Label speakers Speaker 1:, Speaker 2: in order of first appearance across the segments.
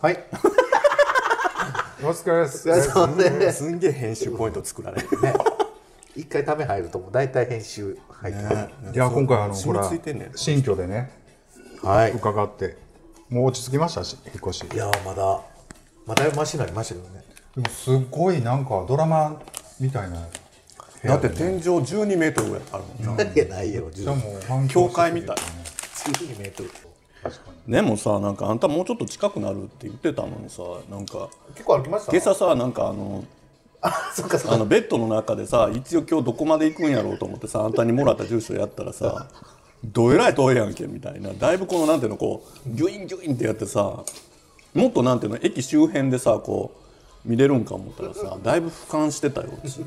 Speaker 1: はい。
Speaker 2: お疲れです。
Speaker 1: お疲れ様 です
Speaker 3: んげえ編集ポイント作られる
Speaker 1: ね。一回ため入るともう大体編集入ってくる。
Speaker 2: いや今回あのほ
Speaker 3: 染み
Speaker 2: ら
Speaker 3: ついてんねん
Speaker 2: 新居でね
Speaker 1: はい。い
Speaker 2: 伺ってもう落ち着きましたし引っ越し。で
Speaker 1: やーまだまだいぶマシになりましたけどね。
Speaker 2: もすっごいなんかドラマみたいな。
Speaker 3: だって天井12メートルぐらいあるもんな
Speaker 1: ないやないやろ。十
Speaker 2: でも反響してくれて
Speaker 3: 教会みたい
Speaker 1: 二メートル。
Speaker 3: でもさなんかあんたもうちょっと近くなるって言ってたのにさなんか
Speaker 1: 結構歩きました
Speaker 3: 今。朝さなんかあの
Speaker 1: あ、そっかそっ
Speaker 3: あ
Speaker 1: か。
Speaker 3: のベッドの中でさ一応今日どこまで行くんやろうと思ってさあんたにもらった住所やったらさどえらい遠いやんけみたいなだいぶこのなんていうのこうギュインギュインってやってさもっとなんていうの駅周辺でさこう見れるんか思ったらさだいぶ俯瞰してたよ私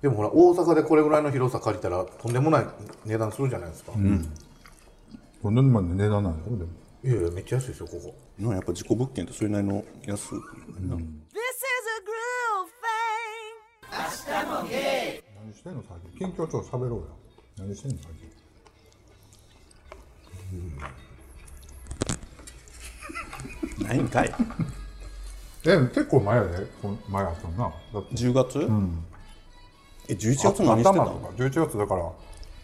Speaker 1: でもほら大阪でこれぐらいの広さ借りたらとんでもない値段するじゃないですか。
Speaker 2: これ何まで値段なんだろうでも。
Speaker 1: いやいやめっちゃ安いですよここ。
Speaker 3: なんやっぱ事故物件ってそれなりの安い、
Speaker 4: This is a groove thing.
Speaker 2: 何してんの最近近況調査喋ろうや。何してんの最近。
Speaker 3: ないんかい
Speaker 2: え結構前やでこの前やったんな。だって
Speaker 3: 10月、え11月何してた
Speaker 2: 頭と
Speaker 3: の
Speaker 2: か11月だから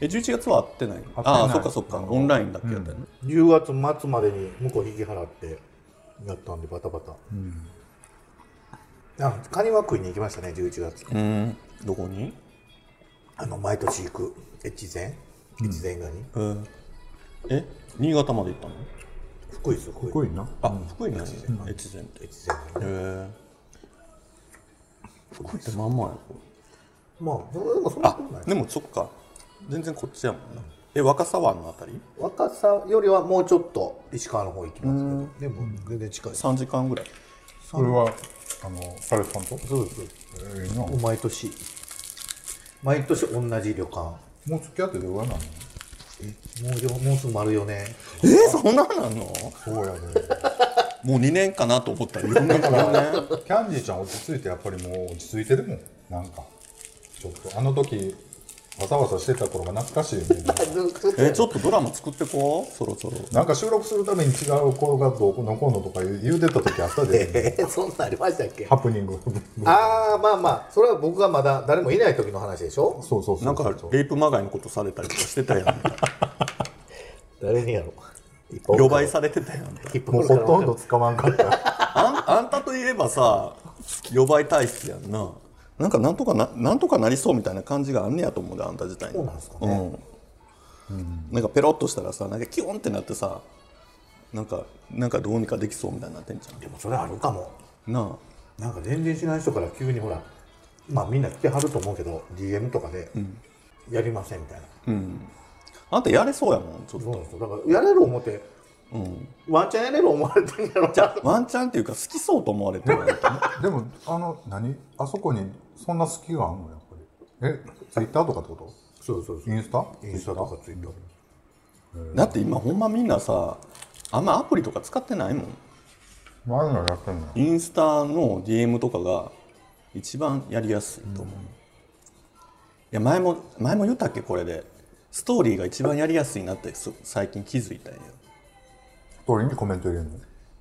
Speaker 3: え11月は会ってない
Speaker 2: てない
Speaker 3: ああそっかそっかオンラインだっけやったよね、
Speaker 1: 10月末までに向こう引き払ってやったんでバタバタ。あ、カニは食いに行きましたね11月。
Speaker 3: うんどこに
Speaker 1: あの毎年行く越前越前ガニ。
Speaker 3: え新潟まで行ったの
Speaker 1: 福井ですよ福井。
Speaker 2: 濃いな。
Speaker 3: あ、福井なんや越前ってへ
Speaker 1: 越前ガニ。
Speaker 3: え福井ってまんまや
Speaker 1: まあ、でもそんな
Speaker 3: あ
Speaker 1: ことない。
Speaker 3: でもそっか全然こっちやもんなえ若狭湾のあたり
Speaker 1: 若さよりはもうちょっと石川の方行きますけど、でも全然近いです。
Speaker 3: 3時間ぐらい
Speaker 2: これはあのパレスさんと。
Speaker 1: そうです。
Speaker 2: ええな。も
Speaker 1: もう毎年、毎年同じ旅館。
Speaker 2: う付き合ってどうやなの。
Speaker 1: えもうよもうすぐ丸4年。
Speaker 3: えー、そんなんなんの
Speaker 2: そうやで。
Speaker 3: もう2年かなと思 ったら4年かな
Speaker 2: キャンディーちゃん落ち着いてやっぱりもう落ち着いてるもんなんかちょっとあの時わさわさしてた頃が懐かしいよね
Speaker 3: えちょっとドラマ作ってこうそろそろ
Speaker 2: なんか収録するために違う子がどうのこうのとか言う言うてた時あったで、
Speaker 1: えー、そんなんありましたっけ
Speaker 2: ハプニング
Speaker 1: ああ、まあまあ、それは僕がまだ誰もいない時の話でしょ
Speaker 2: そうそうそう
Speaker 3: なんかレイプまがいのことされたりとかしてたやん
Speaker 1: 誰にやろ
Speaker 3: 予売されてたやん
Speaker 1: ヒップ
Speaker 2: もうほとんど捕まんかった
Speaker 3: あんあんたといえばさ予売体質やんななんかなんとかななんとかなりそうみたいな感じがあんねやと思うんだよあんた自体に
Speaker 1: そうなんですかね
Speaker 3: うんなんかペロッとしたらさなんかキュンってなってさなんかなんかどうにかできそうみたいになってんじゃ
Speaker 1: でもそれあるかも。
Speaker 3: んなあ
Speaker 1: なんか全然知らない人から急にほら、まあみんな来てはると思うけど、DM とかで、やりませんみたいな。
Speaker 3: あんたやれそうやもんち
Speaker 1: そ
Speaker 3: ょっ
Speaker 1: う
Speaker 3: と
Speaker 1: なんですよ。だからやれる思って、ワンチャンやれる思われてんやろじゃ
Speaker 3: ワンチャンっていうか好きそうと思われてるわけ
Speaker 2: でもあの何あそこにそんな好きがあんのやっぱりえツイッターとかってこ
Speaker 1: そうそう
Speaker 2: とインスタ
Speaker 1: インスタとかツイッター。
Speaker 3: だって今ほんまみんなさあんまアプリとか使ってないもん
Speaker 2: 何がやってんのよ
Speaker 3: インスタの DM とかが一番やりやすいと思う、いや前も前も言ったっけこれでストーリーが一番やりやすいなってそ最近気づいたんよ
Speaker 2: ストーリーにコメント入れる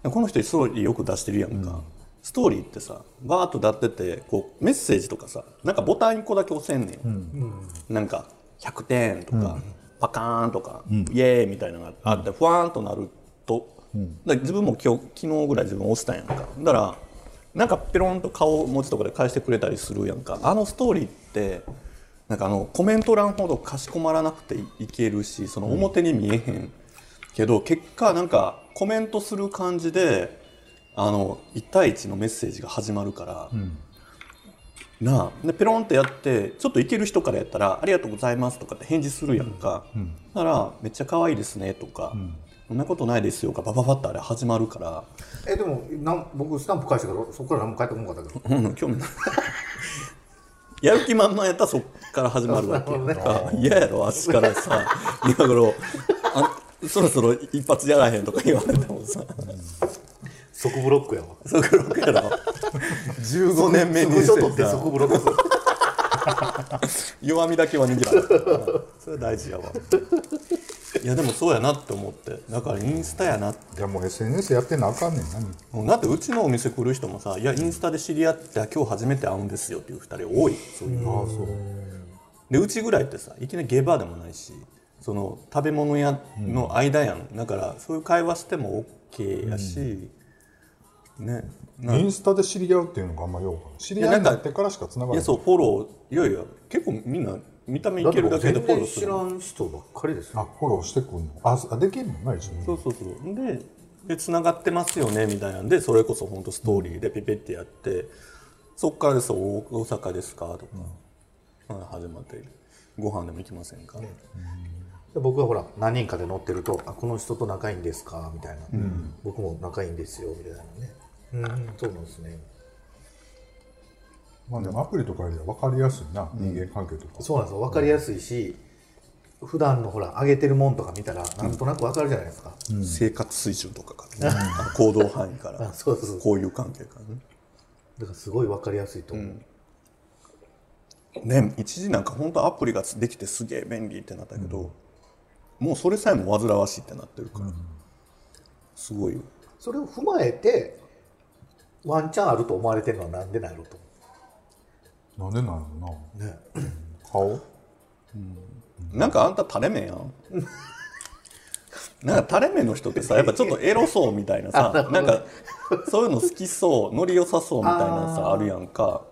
Speaker 2: の
Speaker 3: この人ストーリーよく出してるやんか、ストーリーってさバーッとだっててこうメッセージとかさなんかボタン1個だけ押せんねん、なんか100点とか、パカーンとか、イエーイみたいなのがあって、ふわーんとなると、だから自分も今日昨日ぐらい自分押したんやんかだからなんかペロンと顔文字とかで返してくれたりするやんかあのストーリーってなんかあのコメント欄ほどかしこまらなくていけるしその表に見えへんけど、結果なんかコメントする感じであの1対1のメッセージが始まるから。なあでペロンってやってちょっといける人からやったら「ありがとうございます」とかって返事するやんか、だから「めっちゃ可愛いですね」とか、そんなことないですよ」がバババってあれ始まるから
Speaker 1: え、でも、なん僕スタンプ返したから、そこから何も返ってこなかったけど。
Speaker 3: 「うん興味ない」 やる気満々やったらそっから始まるわけやんか嫌、やろあっちからさ 今頃あそろそろ一発やらへんとか言われてもさ
Speaker 1: 即ブロックやわ。
Speaker 3: そこらやろ15年目に
Speaker 1: スクショ
Speaker 3: して
Speaker 1: 取って
Speaker 3: さ
Speaker 1: 即ブロックする。
Speaker 3: 弱みだけは握らないそれ大事やわいやでもそうやなって思ってだからインスタやなって
Speaker 2: いやもう SNS やってなあかんねんな
Speaker 3: だってうちのお店来る人もさ「いやインスタで知り合って今日初めて会うんですよ」っていう2人多いそういうのでうちぐらいってさいきなりゲバーでもないしその食べ物屋の間やん、だからそういう会話しても OK やし、ねな
Speaker 2: インスタで知り合うっていうのがあんまようかない知り合いになってからしかつなが
Speaker 3: い
Speaker 2: らな
Speaker 3: や
Speaker 2: い
Speaker 3: そうフォローいやいや結構みんな見た目い
Speaker 1: だって
Speaker 3: ける
Speaker 1: も
Speaker 3: だ
Speaker 1: う
Speaker 3: けでフ
Speaker 1: 全
Speaker 3: ォロ
Speaker 1: 然
Speaker 3: ーす
Speaker 1: 知
Speaker 3: る
Speaker 1: らん人ばっかりですよ
Speaker 2: あフォローしてくんのああできるもんな一緒に
Speaker 3: そうそうそうでで繋がってますよねみたいなんでそれこそ本当ストーリーでピペってやって、そっからですお大阪ですかとか、はい始まってご飯でも行きませんか、
Speaker 1: で僕はほら何人かで乗ってると「あこの人と仲いいんですか」みたいな、僕も仲いいんですよ」みたいなねうんそうなんですね
Speaker 2: まあでもアプリとかよりは分かりやすいな、人間関係とか
Speaker 1: そうなんですよ分かりやすいし、普段のほら上げてるもんとか見たらなんとなく分かるじゃないですか、
Speaker 3: 生活水準とかから、ね、あの行動範囲から
Speaker 1: あそうそうそう
Speaker 3: こういう関係からね
Speaker 1: だからすごい分かりやすいと思う、
Speaker 3: ね一時なんか本当アプリができてすげえ便利ってなったけど、もうそれさえも煩わしいってなってるから、すごいよ
Speaker 1: それを踏まえてワンチャンあると思われてるのはなんでなんやろうと思
Speaker 2: なんでなんやろ
Speaker 1: うね
Speaker 2: な顔
Speaker 3: なんかあんた垂れ目やん。 なんか垂れ目の 人ってさやっぱちょっとエロそうみたいなさなんかそういうの好きそうノリ良さそうみたいなさあるやんか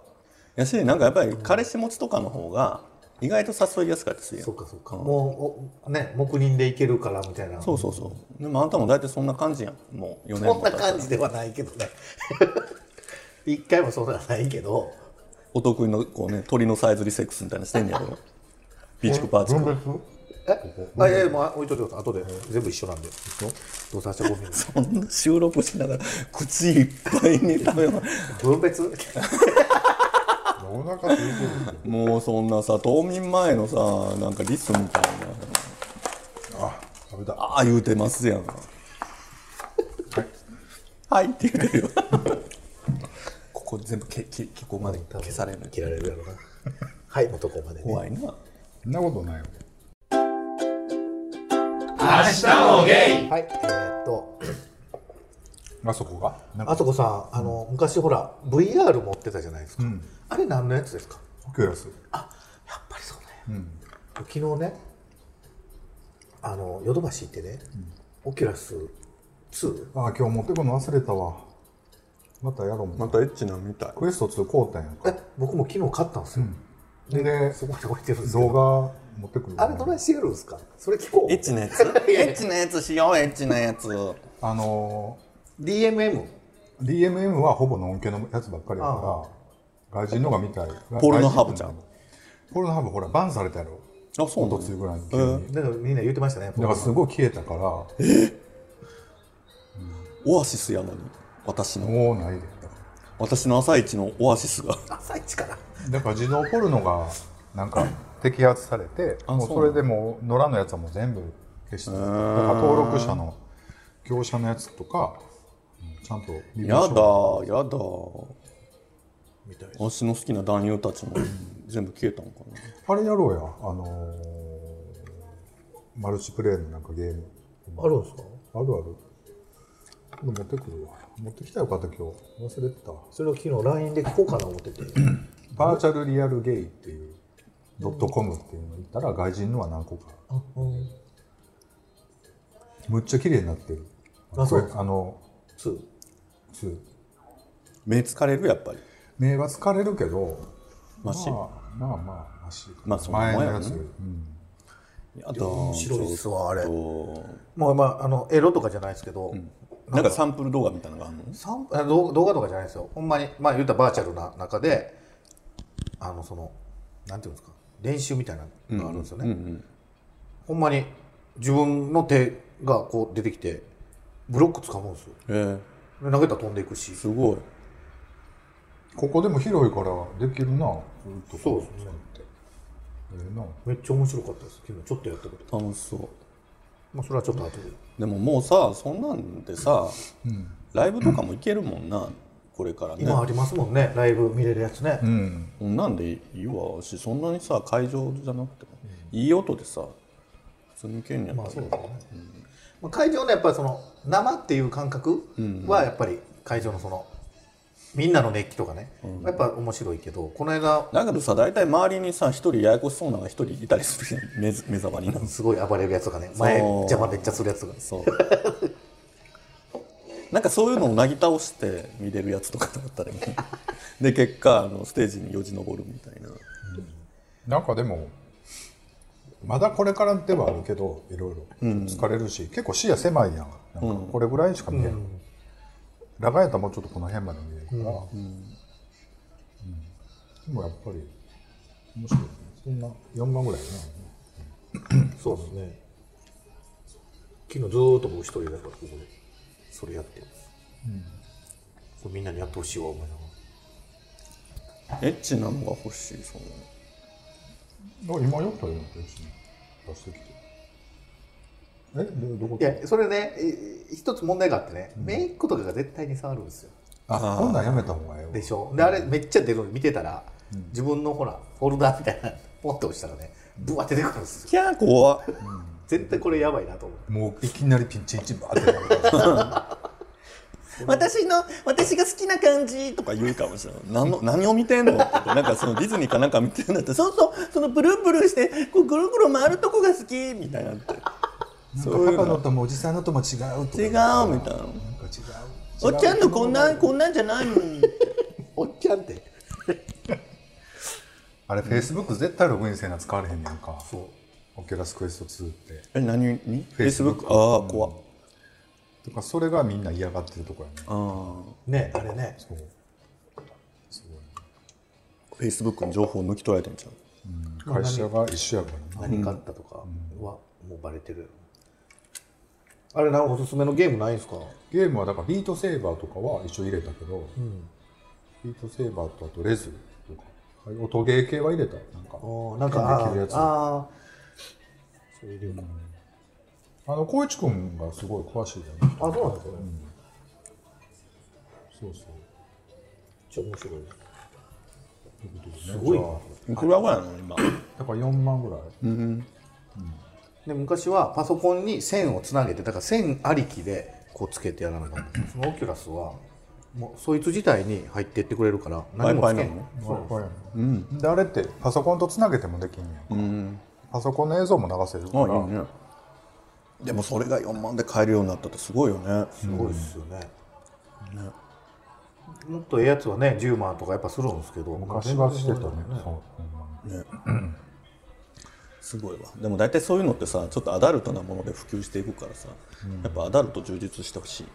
Speaker 3: やしなんかやっぱり彼氏持ちとかの方が意外と誘いやすかったりするやん
Speaker 1: そっかそっか、もうおね黙認でいけるからみたいな
Speaker 3: そうそうそうでもあんたも大体そんな感じやんもう4年
Speaker 1: そ
Speaker 3: も
Speaker 1: ん
Speaker 3: 経
Speaker 1: な
Speaker 3: ったら
Speaker 1: 感じではないけどね 一回もそんなのはないけど
Speaker 3: お得意のこうね鳥のさえずりセックスみたいなのしてん ねやろビーチクパーチ
Speaker 2: 分別
Speaker 3: ク
Speaker 1: えあいやいやもう置いといてください後で全部一緒なんでどうさせてごめん
Speaker 3: こんな収録しながら口いっぱいに食べます
Speaker 1: 分 別
Speaker 2: お腹空いてるけど
Speaker 3: もうそんなさ冬眠前のさなんかリスみたいな
Speaker 2: あ食べた
Speaker 3: ああ言うてますやんはいって言うてるよここ全部けけけこまで消される
Speaker 1: 切られるやろなはいもうとこまでね
Speaker 3: 怖いな
Speaker 2: そんなことないよ
Speaker 1: はいえーっと
Speaker 2: あそこがなんか
Speaker 1: あそこさんあの昔ほら VR 持ってたじゃないですか、あれ何のやつですか
Speaker 2: オキュラス
Speaker 1: やっぱりそうだよ、昨日ねあのヨドバシ行ってね、オキュラス 2?
Speaker 2: あ今日持ってくの忘れたわまたやろうもん、
Speaker 3: たエッチなみたい
Speaker 2: クエスト2買うたんやんか
Speaker 1: え僕も昨日買ったんですよ、
Speaker 2: で
Speaker 1: そこに置いてるんですけ
Speaker 2: 動
Speaker 1: ど
Speaker 2: 画持ってくる
Speaker 1: あれどないしてやるんですかそれ聞こう
Speaker 3: エッチなやつ エッチなやつしようエッチなやつ
Speaker 2: あの
Speaker 1: DMM
Speaker 2: ー DMM はほぼのんけのやつばっかりや
Speaker 1: あ
Speaker 2: から外人のが見たい
Speaker 3: ポルノハブちゃん
Speaker 2: 外人のポルノハブほらバンされたやろ
Speaker 3: あそう
Speaker 2: お
Speaker 3: な
Speaker 2: と
Speaker 3: ん
Speaker 2: つ
Speaker 3: だ
Speaker 2: いぐらいに
Speaker 3: え
Speaker 2: 急に
Speaker 3: ー
Speaker 1: なんかみんな言ってましたね
Speaker 2: だからすごい消えたからも
Speaker 3: オアシスやのに私の
Speaker 2: うないで
Speaker 3: 私の朝一のオアシスが
Speaker 1: 朝一から
Speaker 2: だから自動ポルノがなんか摘発されて
Speaker 3: あ
Speaker 2: もう
Speaker 3: そう
Speaker 2: そ
Speaker 3: な
Speaker 2: れ
Speaker 3: の
Speaker 2: でもう野良のやつはもう全部消してだから登録者の業者のやつとかうんちゃんと見
Speaker 3: やだ
Speaker 2: ょ
Speaker 3: やだ
Speaker 1: みたいな
Speaker 3: 私の好きな男優たちも全部消えたのかな
Speaker 2: うあれやろうやあのーマルチプレイのなんかゲーム
Speaker 1: あるんですか
Speaker 2: あるある今度持ってくるわ持ってきたらよかった今日忘れてたわ
Speaker 1: それを昨日 LINE で聞こうかな思ってて
Speaker 2: バーチャルリアルゲイっていうドットコムっていうの行ったら外人のは何個かむっちゃ綺麗になってる
Speaker 1: あそう
Speaker 2: これあの
Speaker 1: 2
Speaker 2: つう
Speaker 3: 目疲れるやっぱり
Speaker 2: 目は疲れるけど
Speaker 3: マシ
Speaker 2: まあまあまあマシ
Speaker 3: まあそんなも
Speaker 2: 前
Speaker 3: んや
Speaker 2: の
Speaker 3: ろな
Speaker 2: やつより、うん、
Speaker 3: やだ
Speaker 1: 白いっすわあれ
Speaker 3: ちょっと
Speaker 1: もうまああのエロとかじゃないですけど、
Speaker 3: なんかサンプル動画みたいなのがあるの
Speaker 1: 散あ動動画とかじゃないですよほんまにまあ言うたらバーチャルな中であのそのなんていうんですか練習みたいなのがあるんですよね、ほんまに自分の手がこう出てきてブロック掴むんですよ
Speaker 3: え
Speaker 1: で投げたら飛んでいくし
Speaker 3: すごい
Speaker 2: ここでも広いからできるなずっと
Speaker 1: そう
Speaker 2: こ
Speaker 1: ですね
Speaker 2: ええな
Speaker 1: めっちゃ面白かったです昨日ちょっとやってくれた、
Speaker 3: 楽しそう
Speaker 1: まあ、それはちょっと後で
Speaker 3: でももうさそんなんでさ、ライブとかも行けるもんな、これからね
Speaker 1: 今ありますもんねライブ見れるやつね、
Speaker 2: うん
Speaker 3: こんなんでいいわしそんなにさ会場じゃなくても、いい音でさ普通にいけんやっ
Speaker 1: まあ
Speaker 3: た
Speaker 1: そ
Speaker 3: ら
Speaker 1: うだね、まあ、会場のやっぱりその生っていう感覚はやっぱり会場のそのみんなの熱気とかね、やっぱ面白いけどこの間
Speaker 3: だけどさ大体周りにさ一人ややこしそうなのが一人いたりするやん目ず目障りな
Speaker 1: すごい暴れるやつとかね前邪魔めっちゃするやつが
Speaker 3: そう なんかそういうのをなぎ倒して見れるやつとかだったらねで結果あのステージによじ登るみたいな
Speaker 2: なんかでもまだこれからではあるけどいろいろ疲れるし、結構視野狭いやんなんかこれぐらいしか見えない、ラガやったらもうちょっとこの辺まで見えるから、うんでもやっぱり面白いねそんな4万ぐらいやな
Speaker 1: そうですね昨日ずーっと僕一人だからここでそれやってます、これみんなにやってほしいわ思いながら
Speaker 3: エッチなのが欲しいそんなの
Speaker 2: だから今やったらいいの別に出してきてえどどこ
Speaker 1: いやそれねい一つ問題があってね、メイクとかが絶対に触るんですよ
Speaker 2: あこんなんやめた方がええわ
Speaker 1: でしょであれめっちゃ出るの見てたら、自分のほらフォルダみたいなのポンって押したらねブワって出てくるんですよ
Speaker 3: キャー怖っ
Speaker 1: 絶対これやばいなと思う
Speaker 2: もういきなりピンチ一番ってなるから
Speaker 3: 私の私が好きな感じとか言うかもしれない何の何を見てんのって言ってなんかそのディズニーかなんか見てるんだってそうそうそのブルンブルンしてこうぐるぐる回るとこが好きみたいなってそういう
Speaker 2: パパの
Speaker 3: の
Speaker 2: ともおじさんのとも違うとか
Speaker 3: 違うみたいな
Speaker 2: なんか違う
Speaker 3: おっちゃんのこんなんこんなんじゃないのに
Speaker 1: おっちゃんって
Speaker 2: あれフェイスブック絶対ログインせな使われへんやんか
Speaker 1: そう
Speaker 2: オキュラスクエスト2って
Speaker 3: え何にフェイスブッ
Speaker 2: Facebook
Speaker 3: クああ怖っ
Speaker 2: とかそれがみんな嫌がってるとこやね
Speaker 3: あ
Speaker 1: ねあれね
Speaker 2: そうす
Speaker 3: フェイスブックの情報抜き取られてんじゃん
Speaker 2: ごい会社が一緒やからな
Speaker 1: 何買ったとかはもうバレてるよあれなんかおすすめのゲームないんすか
Speaker 2: ゲームはだからビートセーバーとかは一応入れたけど、ビートセーバーとあとレズとかああいう音ゲー系は入れたなんか
Speaker 1: おーなんか
Speaker 2: で
Speaker 1: あ
Speaker 2: きるやつ
Speaker 1: ーあーそういうゲームか
Speaker 2: あの光一くんがすごい詳しいだね
Speaker 1: あそうなんですね
Speaker 2: そうそう
Speaker 1: ちょ面白いね
Speaker 2: すごい
Speaker 3: いくらぐらいなの今
Speaker 2: だから4万ぐらい、
Speaker 1: で昔はパソコンに線をつなげてだから線ありきでこうつけてやらな かったそのオキュラスはもうそいつ自体に入っていってくれるから何もつけん
Speaker 3: Wi-Fi なの
Speaker 1: そう
Speaker 2: これうん、であれってパソコンとつなげてもできんねん、パソコンの映像も流せるから
Speaker 3: あいいねでもそれが4万で買えるようになったってすごいよね
Speaker 1: すごいですよね,、もっとええやつはね10万とかやっぱするんですけど
Speaker 2: 昔はしてたねそう
Speaker 3: すごいわでも大体そういうのってさちょっとアダルトなもので普及していくからさ、やっぱアダルト充実してほしい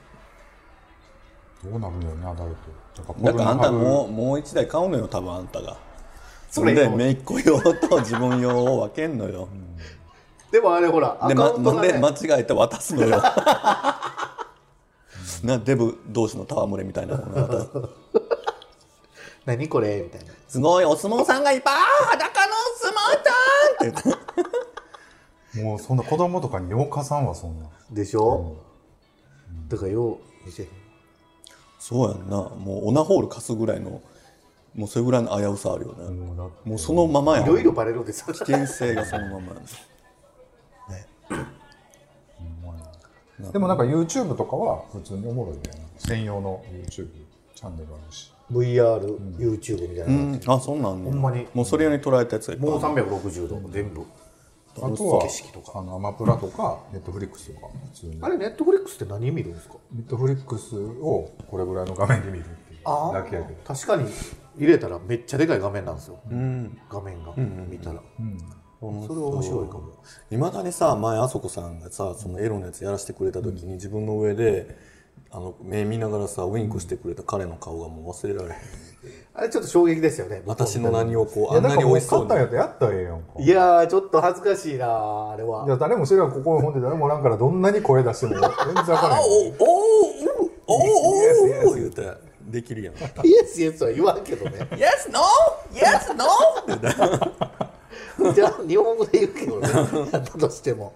Speaker 2: うんどうなるんだよねアダルトだから
Speaker 3: だからあんた
Speaker 2: も
Speaker 3: もうもう一台買うのよ多分あんたがそ
Speaker 1: そ
Speaker 3: れ
Speaker 1: れ
Speaker 3: で
Speaker 1: よ
Speaker 3: 姪っ子用と自分用を分けんのよ、
Speaker 1: でもあれほら
Speaker 3: で、
Speaker 1: アカ
Speaker 3: ま、
Speaker 1: ウント
Speaker 3: 飲ん
Speaker 1: が、
Speaker 3: で
Speaker 1: ね
Speaker 3: 間違えて渡すの よなデブ同士の戯れみたいなものがあった
Speaker 1: 何これみたいな
Speaker 3: すごいお相撲さんがいっぱいあー裸のお相撲さんって言って
Speaker 2: もうそんな子供とかによう貸さんわそんな
Speaker 1: でしょ、だからよう見せへん
Speaker 3: そうやんなもうオナホール貸すぐらいのもうそれぐらいの危うさあるよね、
Speaker 2: もうだって
Speaker 3: もうそのままやん
Speaker 1: いろいろバレるん ですよ
Speaker 3: 危険性がそのままやん
Speaker 2: でもなんか YouTube とかは普通におもろいね専用の YouTube チャンネルあるし
Speaker 1: VRYouTube みたいな、
Speaker 3: うんあそんなんね
Speaker 1: ほんまに
Speaker 3: もうそれ用に捉えたやつがいっぱい
Speaker 1: もう
Speaker 3: ある
Speaker 1: 360度、全部
Speaker 2: あとは
Speaker 1: 景色とか
Speaker 2: あのアマプラとか Netflix とか普通に
Speaker 1: あれネットフリックスって何見るんですか
Speaker 2: Netflix をこれぐらいの画面で見るっていう
Speaker 1: あ
Speaker 2: だけやけど
Speaker 1: あ確かに入れたらめっちゃでかい画面なんですよ、画面が見たら、それは面白いかも
Speaker 3: いまだにさ前あそこさんがさそのエロのやつやらせてくれた時に自分の上であの目見ながらさウインクしてくれた彼の顔がもう忘れられへん
Speaker 1: あれちょっと衝撃ですよね
Speaker 3: 私の何をこ
Speaker 2: いう
Speaker 3: あ
Speaker 2: や
Speaker 3: ん
Speaker 2: だ
Speaker 3: な
Speaker 2: から
Speaker 3: に美
Speaker 2: もう
Speaker 3: 味しそ
Speaker 2: 買
Speaker 3: う
Speaker 2: ったん
Speaker 3: に
Speaker 2: やったらやったらええやんか
Speaker 1: いやーちょっと恥ずかしいなあれはい
Speaker 2: や誰も知らんここの本で誰もおらんからどんなに声出しても全然わからへん
Speaker 3: おーおーおーおーおーおー言うてできるやん Yes
Speaker 1: イエスイエスは言わんけどね
Speaker 3: no Yes no
Speaker 1: じゃあ日本語で言うけどねやったとしても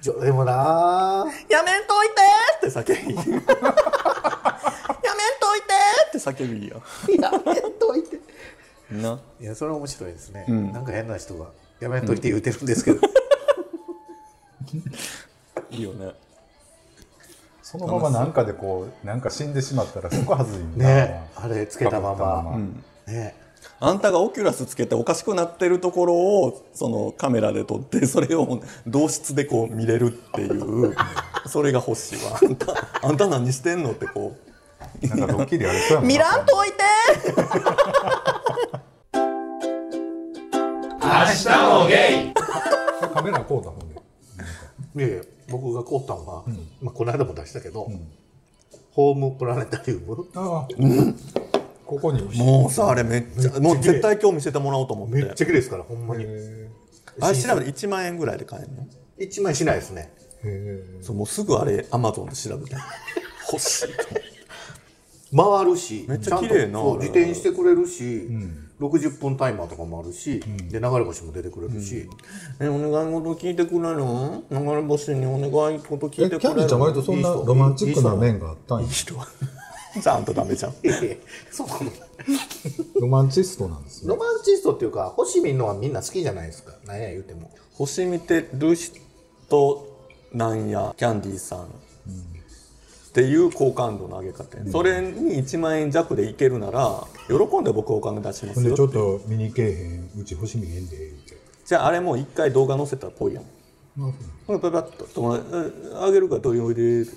Speaker 1: じゃでもなあ
Speaker 3: やめんといてーって叫 びやめんといてーって叫びや
Speaker 1: やめんといて
Speaker 3: ない
Speaker 1: やそれは面白いですね、なんか変な人がやめんといて言うてるんですけど、
Speaker 2: そのままなんかでこうなんか死んでしまったらすごいはずいんだ
Speaker 1: ねあれつけたままね
Speaker 3: あんたがオキュラスつけておかしくなってるところをそのカメラで撮ってそれを同室でこう見れるって いうそれが欲しいわあんたあんた何してんのってこう
Speaker 2: なんかドッキリやりそうやもんな
Speaker 4: 見らんといて
Speaker 2: カメラこうだもんね
Speaker 1: いやいや僕が凍ったのは、まあ、この間も出したけど、ホームプラネタリウム
Speaker 2: ああ、ここに
Speaker 3: もうさあれめっちゃもう絶対今日見せてもらおうと思っ
Speaker 1: めっち
Speaker 3: て
Speaker 1: ゃ綺麗ですからほんまに
Speaker 2: へ
Speaker 3: あれ調べて1万円ぐらいで買えるの
Speaker 1: 1枚しないですね
Speaker 2: え
Speaker 3: そうもうすぐあれアマゾンで調べて欲しいと思っ
Speaker 1: 回
Speaker 3: て
Speaker 1: るし
Speaker 3: めっちゃ綺麗
Speaker 1: ん
Speaker 3: な
Speaker 1: とそう自転してくれるし、60分タイマーとかもあるし、で流れ星も出てくれるし、
Speaker 3: えお願い事聞いてくれるの流れ星にお願い事聞い
Speaker 2: え
Speaker 3: てくれ
Speaker 2: キ
Speaker 3: る
Speaker 2: ャンディーちゃん割とそんなロマンチックな面があったんや
Speaker 3: 人は じゃああんたダメじゃん
Speaker 1: いやいやそうかも
Speaker 2: ロマンチストなんですね
Speaker 1: ロマンチストっていうか星見るのはみんな好きじゃないですかなんや言うても
Speaker 3: 星見てる人なんやキャンディーさん、っていう好感度の上げ方や、それに1万円弱でいけるなら喜んで僕お金出しま
Speaker 2: ほん
Speaker 3: す
Speaker 2: で
Speaker 3: よ
Speaker 2: ちょっと見に行けえへんうち星見えへんで言うて
Speaker 3: じゃああれもう一回動画載せたらぽいやんほらパパッと友達え「あげるからどいおいで」とか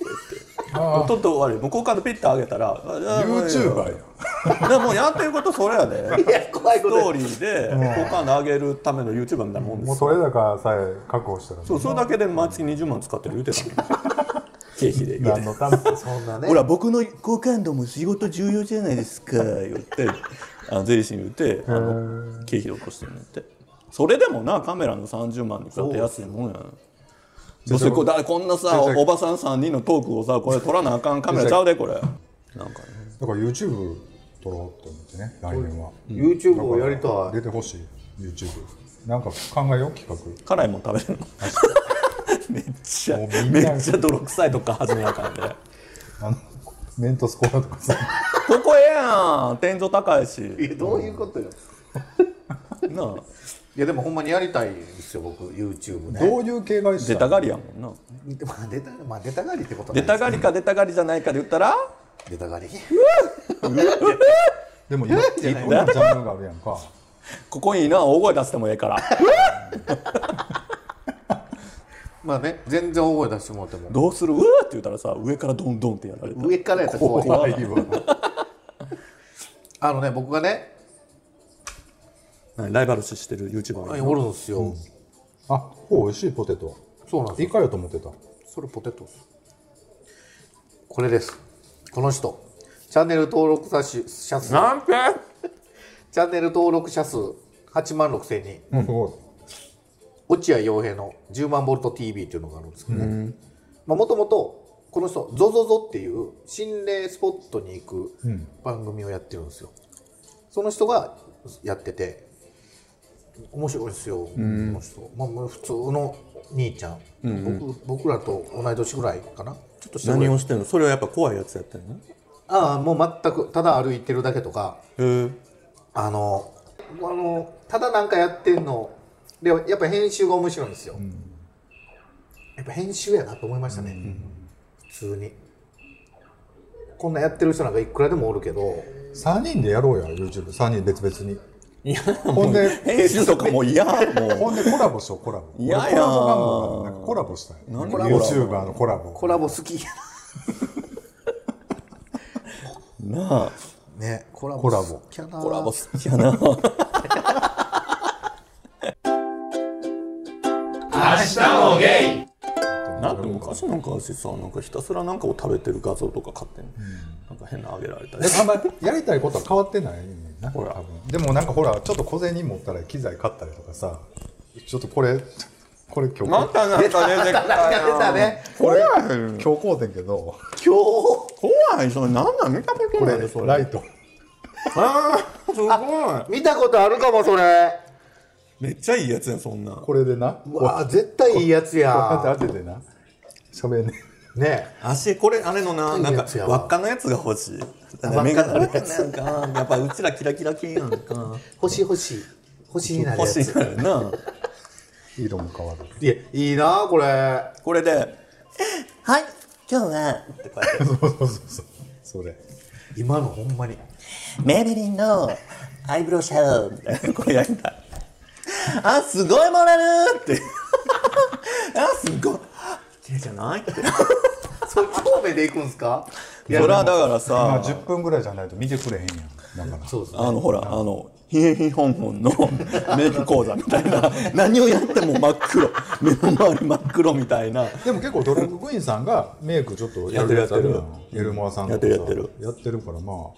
Speaker 3: 言って「とっと終わり」向こうからピッとあげたら「
Speaker 2: YouTuber や
Speaker 3: ー」でもうやってることそれ やで
Speaker 1: いや怖い
Speaker 3: ス
Speaker 1: こ
Speaker 3: ト
Speaker 1: と
Speaker 3: ーリーで好感度上げるための YouTuber みたいなもん
Speaker 2: も
Speaker 3: ですよ
Speaker 2: うそれだからさえ確保したら
Speaker 3: そうそれだけで毎月20万使ってる言うてた の経費で言うて
Speaker 2: 何のため
Speaker 1: そんなね
Speaker 3: ほら僕の好感度も仕事重要じゃないですか言ってあの税理士に言ってあの経費で落としてるねってそれでもなカメラの30万に比べて安いもんやどうせこうだこんなさおばさん3人のトークをさこれ撮らなあかんカメラちゃうでこれなんかね
Speaker 2: だから YouTube 撮ろうと思ってね来年は
Speaker 1: YouTube をやりたい
Speaker 2: 出てほしい YouTube なんか考えよう企画
Speaker 3: 辛いもん食べれるのめっちゃ
Speaker 2: もうみん
Speaker 3: め
Speaker 2: な
Speaker 3: っちゃ泥臭いとこから始めなあかんで、
Speaker 2: あのメントスコアとかさ
Speaker 3: ここええやん天井高いし
Speaker 1: いやどういうことよ
Speaker 3: なあ
Speaker 1: いやでもほんまにやりたいんですよ僕 YouTube ね
Speaker 2: どういう系がいいっす
Speaker 3: 出
Speaker 2: か
Speaker 3: たがりやもんな
Speaker 1: まあ出たまあ出たがりってことはな
Speaker 3: 出
Speaker 1: いで
Speaker 3: た
Speaker 1: す
Speaker 3: がりか出たがりじゃないかで言ったら
Speaker 1: 出たがり
Speaker 2: でもいろいろんなジャンルがあるやん か
Speaker 3: ここいいな大声出してもええから
Speaker 1: まあね全然大声出してもらっても
Speaker 3: どうするうわって言ったらさ上からどんどんってやられた
Speaker 1: 上からやったら怖い
Speaker 3: 怖い
Speaker 2: いいわ
Speaker 1: あのね僕がね
Speaker 3: 何ライバル視してる YouTuber がいる
Speaker 1: おるんですよ、
Speaker 2: あこう美味しいポテト
Speaker 1: そうなんです
Speaker 2: イ
Speaker 1: よ
Speaker 2: カやと思ってた
Speaker 1: それポテトですこれですこの人チャンネル登録者数者数
Speaker 3: なんて
Speaker 1: チャンネル登録者数8万6千人
Speaker 2: すご
Speaker 1: 落合陽平の10万ボルト TV っていうのがあるんですけどねもともとこの人 ZOZOZO っていう心霊スポットに行く番組をやってるんですよその人がやってて面白いですよ、この人、まあ、まあ普通の兄ちゃん、僕僕らと同い年ぐらいかなちょっと下ぐらい
Speaker 3: 何をしてんのそれはやっぱ怖いやつやってんの
Speaker 1: ああもう全くただ歩いてるだけとか
Speaker 3: へえ
Speaker 1: あのあのただなんかやってんのでやっぱ編集が面白いんですよ、やっぱ編集やなと思いましたね、普通にこんなやってる人なんかいくらでもおるけど
Speaker 2: い3人でやろうや YouTube3 人別々にほんで
Speaker 3: 編集とかもう嫌も
Speaker 2: ほんでコラボしようコラボ
Speaker 3: いや
Speaker 2: 俺
Speaker 3: いや
Speaker 2: コラボ願望があるなんかコラボしたい
Speaker 3: コラボ
Speaker 2: YouTuber のコラボ
Speaker 1: コラボ好き
Speaker 3: うなあ
Speaker 1: ねコラボ
Speaker 2: コラボ
Speaker 1: 好きやな
Speaker 3: コラボ好きやななんか昔なんかしさなんかひたすらなんかを食べてる画像とか買ってんのなんか変なあげられたり
Speaker 2: でもあんまやりたいことは変わってないねんな
Speaker 3: ほら
Speaker 2: 多分でもなんかほらちょっと小銭持ったら機材買ったりとかさちょっとこれこれ今
Speaker 3: ま
Speaker 2: 日
Speaker 3: たなんか出てきた
Speaker 1: 出たね
Speaker 2: これ今日こうてんけど
Speaker 1: 今
Speaker 3: 怖いそれなんなん見たこと
Speaker 2: こ
Speaker 3: な
Speaker 2: れ
Speaker 3: いでそれ
Speaker 2: ライト
Speaker 3: あーすご
Speaker 1: 日 見たことあるかもそれ
Speaker 3: いめっちゃいいやつやんそんなん
Speaker 2: これでな
Speaker 1: うわあ絶対いいやつや
Speaker 2: 当てててな喋んね
Speaker 1: ね
Speaker 3: 足これあれのななんか
Speaker 1: いいやつやわ
Speaker 3: 輪っかのやつが欲しい
Speaker 1: 輪っかのやつ
Speaker 3: なんかやっぱうちらキラキラ系やんか
Speaker 1: 星星星になるや
Speaker 3: 欲
Speaker 1: つ
Speaker 3: しいからな
Speaker 2: 色も変わる
Speaker 1: いやいいなこれ
Speaker 3: これで「はい今日はってこうやって
Speaker 2: そうそうそうそうそれ
Speaker 1: 今のほんまに
Speaker 3: メイベリンのアイブロウシャドウみたいなこうやりたいあすごいもらえるってあすごい綺麗じゃないって
Speaker 1: それ神戸で行くんです かいや
Speaker 3: それはだから
Speaker 2: まあ
Speaker 3: さ
Speaker 2: 10分ぐらいじゃないと見てくれへんやんだから
Speaker 1: そうですね
Speaker 3: あのほらあのヒエヒホンホンの メイク講座みたいな何をやっても真っ黒目の周り真っ黒みたいな
Speaker 2: でも結構ドラッグクイーンさんがメイクちょっとや
Speaker 3: やってる
Speaker 2: やんエルモアさんとかさ
Speaker 3: やってる
Speaker 2: や
Speaker 3: やって
Speaker 2: ってるからま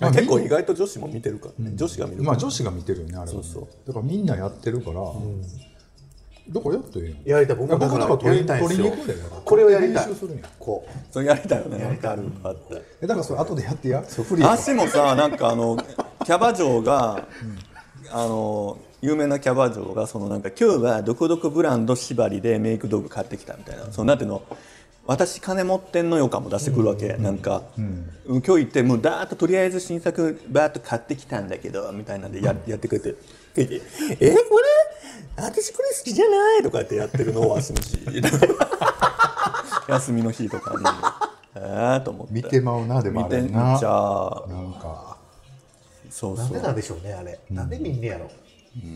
Speaker 2: あ
Speaker 3: 結構
Speaker 2: み
Speaker 3: 意外と女子も見てるからね、女子が見る
Speaker 2: まあ女子が見てるよねあれはね
Speaker 3: そうそう
Speaker 2: だからみんなやってるから、どこやっていいの
Speaker 1: やりたい僕もだか
Speaker 2: 僕と
Speaker 1: ら
Speaker 2: か取
Speaker 1: や
Speaker 2: り
Speaker 1: りたいんで
Speaker 2: 取
Speaker 1: す
Speaker 2: りに
Speaker 1: よ
Speaker 2: 行くでだから
Speaker 1: これをやりたい
Speaker 2: 練習するんや
Speaker 1: こう
Speaker 3: それやりたいよねやりたいあって
Speaker 2: えだからそれ後でやってやフリー
Speaker 3: 足もさなんかあの キャバ嬢が、あの有名なキャバ嬢がそのなんか今日はどこどこブランド縛りでメイク道具買ってきたみたいな、そのなんていうの私金持ってんのよかも出してくるわけ、なんか、今日行ってもうだーっととりあえず新作バーっと買ってきたんだけどみたいなんでや,、やってくれて「えこれ私これ好きじゃない」とかってやってるのを足も し休みの日とかにえーと思って
Speaker 2: 見てまうなでもあれ
Speaker 3: 見て
Speaker 2: な
Speaker 3: じゃあ
Speaker 2: なんか
Speaker 3: そう
Speaker 1: なん
Speaker 3: そ
Speaker 1: で
Speaker 3: う
Speaker 1: なんでしょうねあれなんでみんなやろ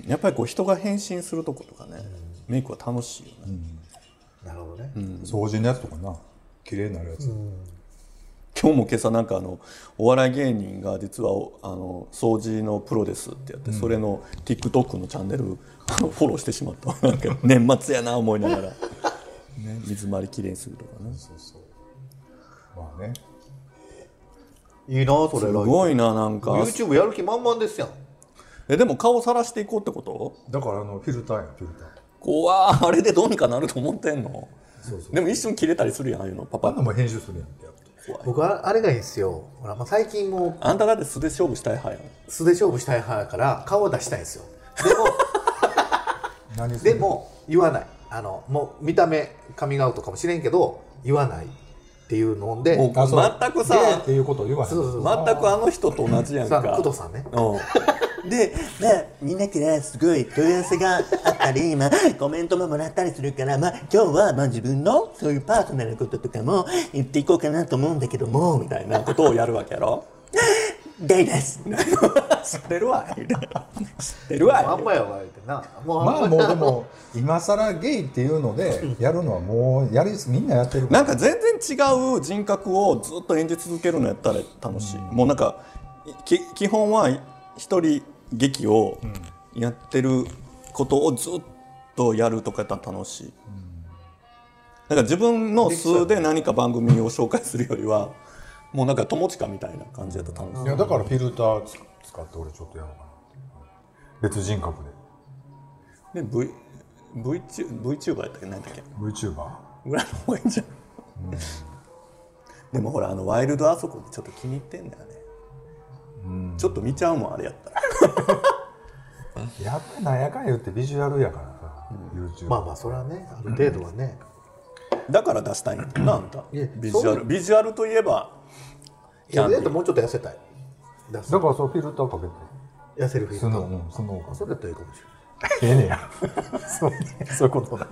Speaker 3: やっぱりこう人が変身するとことかね、メイクは楽しいよね、
Speaker 1: なるほどね
Speaker 2: 掃除のやつとかな綺麗になるやつ、
Speaker 3: 今日も今朝なんかあのお笑い芸人が実はおあの掃除のプロですってやって、それの TikTok のチャンネルフォローしてしまった なんか年末やな思いながら、ね、水回りきれいにするとかねす
Speaker 2: まあね
Speaker 1: いいなそれす
Speaker 3: ごいななんか
Speaker 1: YouTube やる気満々ですやん
Speaker 3: えでも顔さらしていこうってこと
Speaker 2: だからあのフィルターやんフィルター
Speaker 3: 怖ーあれでどうにかなると思ってんの
Speaker 2: そうそう
Speaker 3: でも一瞬切れたりするやんああいうのパパ
Speaker 2: あんなもん編集するやんってやっと
Speaker 1: 僕はあれがいいんですよほら、まあ、最近も
Speaker 3: あんただって素で勝負したい派やん
Speaker 1: う素で勝負したい派だから顔を出したいんですよでも
Speaker 2: 何す
Speaker 1: で
Speaker 2: る
Speaker 1: も言わないあのもう見た目カミングアウトかもしれんけど言わないっていうので
Speaker 3: もう
Speaker 2: あそう
Speaker 3: 全くさ
Speaker 2: ゲイっていうことを言わへん
Speaker 1: そうそうそう
Speaker 3: 全くあの人と同じやん
Speaker 1: さ
Speaker 3: か。
Speaker 1: あ工藤さんね
Speaker 3: うん。で、まあ、みんなからすごい問い合わせがあったり、 まあ、コメントももらったりするから、まあ、今日は、まあ、自分の、そういうパーソナルなこととかも言っていこうかなと思うんだけども、みたいなことをやるわけやろ。デイです。知ってるわ。知ってる
Speaker 1: あ
Speaker 3: わ
Speaker 1: ん。まやわ言うてなもう
Speaker 2: まあ
Speaker 1: ん
Speaker 2: もう
Speaker 1: や
Speaker 2: でも今更ゲイっていうのでやるのはもうやりみんなやってるから
Speaker 3: なんか全然違う人格をずっと演じ続けるのやったら楽しい、もうなんかき基本は一人劇をやってることをずっとやるとかやったら楽しい、なんか自分の素で何か番組を紹介するよりはもうなんか友近みたいな感じやったら楽し
Speaker 2: い
Speaker 3: い、
Speaker 2: やだからフィルターつ使って俺ちょっとやろうかな別人格で
Speaker 3: で v v VTuber やったっけ何だっけ
Speaker 2: VTuber
Speaker 3: ぐらいの方がいいんじゃん、でもほらあのワイルドあそこちょっと気に入ってんだよね、ちょっと見ちゃうもんあれやったら
Speaker 2: やっぱりなんやかんや言ってビジュアルやからさ YouTuber
Speaker 1: まあまあそれはねある程度はね、
Speaker 3: だから出したいんだなあんた
Speaker 1: いや
Speaker 3: ビジュア
Speaker 1: そ
Speaker 3: ルビジュアルといえば
Speaker 1: いやそれやったらもうちょっと痩せたいだ
Speaker 2: だからそうフィルターかけて
Speaker 1: 痩せるフィルタ
Speaker 2: ス
Speaker 1: ー
Speaker 2: ノーうんスノーか
Speaker 1: それだったらいいかもしれない
Speaker 2: けてええねや そうそういうことね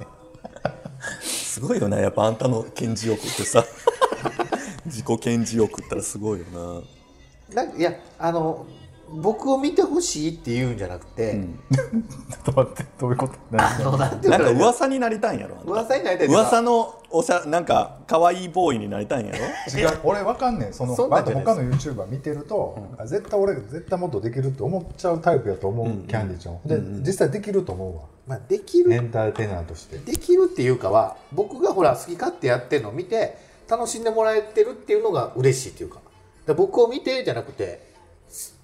Speaker 3: すごいよねやっぱあんたの顕示欲って さ自己顕示欲ったらすごいよな
Speaker 1: なんかいやあの僕を見てほしいって言うんじゃなくて、
Speaker 2: ちょっと待ってどういうこと
Speaker 1: あのなんていう
Speaker 3: な
Speaker 1: か
Speaker 3: ん
Speaker 1: な
Speaker 3: か噂になりたいんやろあんた
Speaker 1: 噂になりたいというか
Speaker 3: 噂のおしゃなんか可愛いボーイになりたいんやろ
Speaker 2: 違う俺わかんねんその
Speaker 1: そんな
Speaker 2: あ
Speaker 1: んじ
Speaker 2: と
Speaker 1: ゃない
Speaker 2: 他の YouTuber 見てると、あ絶対俺絶対もっとできるって思っちゃうタイプやと思う、キャンディちゃんはで、実際できると思うわ
Speaker 1: まあ、できる
Speaker 2: エンターテイナーとして
Speaker 1: できるっていうかは僕がほら好き勝手やってるのを見て楽しんでもらえてるっていうのが嬉しいっていうかだから僕を見てじゃなくてす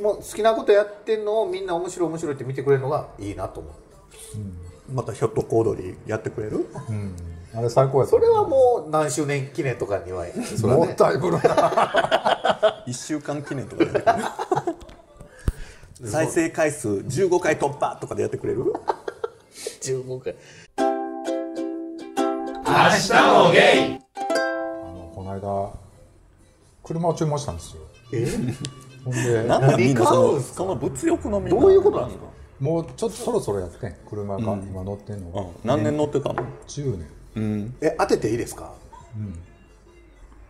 Speaker 1: もう好きなことやってるのをみんな面白い面白いって見てくれるのがいいなと思う
Speaker 3: またひょっとこ踊りやってくれる
Speaker 2: あれ最高や
Speaker 1: それはもう何周年記念とかにはそれは
Speaker 2: も
Speaker 1: ね
Speaker 2: ったいぶるな
Speaker 3: 1週間記念とかでやって くれる再生回数15回突破とかでやってくれる
Speaker 1: 15回
Speaker 2: あのこの間車を注文したんですよ
Speaker 1: え
Speaker 2: ほんで
Speaker 3: なんだみん
Speaker 1: 何
Speaker 3: なそ
Speaker 1: 買うん
Speaker 3: の
Speaker 1: すか
Speaker 3: その物欲のみん
Speaker 1: どういうことなんですか
Speaker 2: もうちょっとそろそろやってん車が今乗ってんのが、
Speaker 3: うん何年乗ってたの
Speaker 2: 10年
Speaker 1: え当てていいですか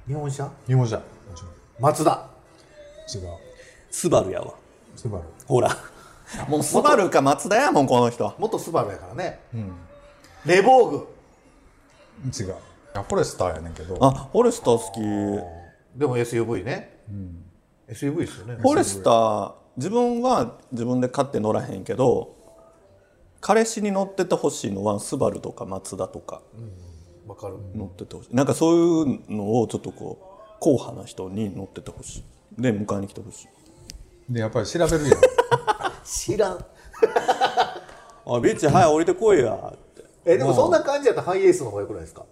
Speaker 1: 日本車
Speaker 2: 日本じゃもち
Speaker 1: 松田
Speaker 2: ろん違う
Speaker 3: スバルやわ
Speaker 2: スバル
Speaker 3: ほら もうスバルか松田やもんこの人
Speaker 1: 元スバルやからね、レボーグ
Speaker 2: 違うあフォレスターやねんけど
Speaker 3: あフォレスター好きフ
Speaker 1: でも SUV ね、SUV ですよね
Speaker 3: ォレスター自分は自分で買って乗らへんけど彼氏に乗っててほしいのはスバルとか松田とか
Speaker 1: わかる、
Speaker 3: 乗っててほしいなんかそういうのをちょっとこう硬派な人に乗っててほしいで迎えに来てほしい
Speaker 2: でやっぱり調べるやん
Speaker 1: 知らん
Speaker 3: あビーチはい降りてこいやって
Speaker 1: えでもそんな感じやったらハイエースの方がよくないですか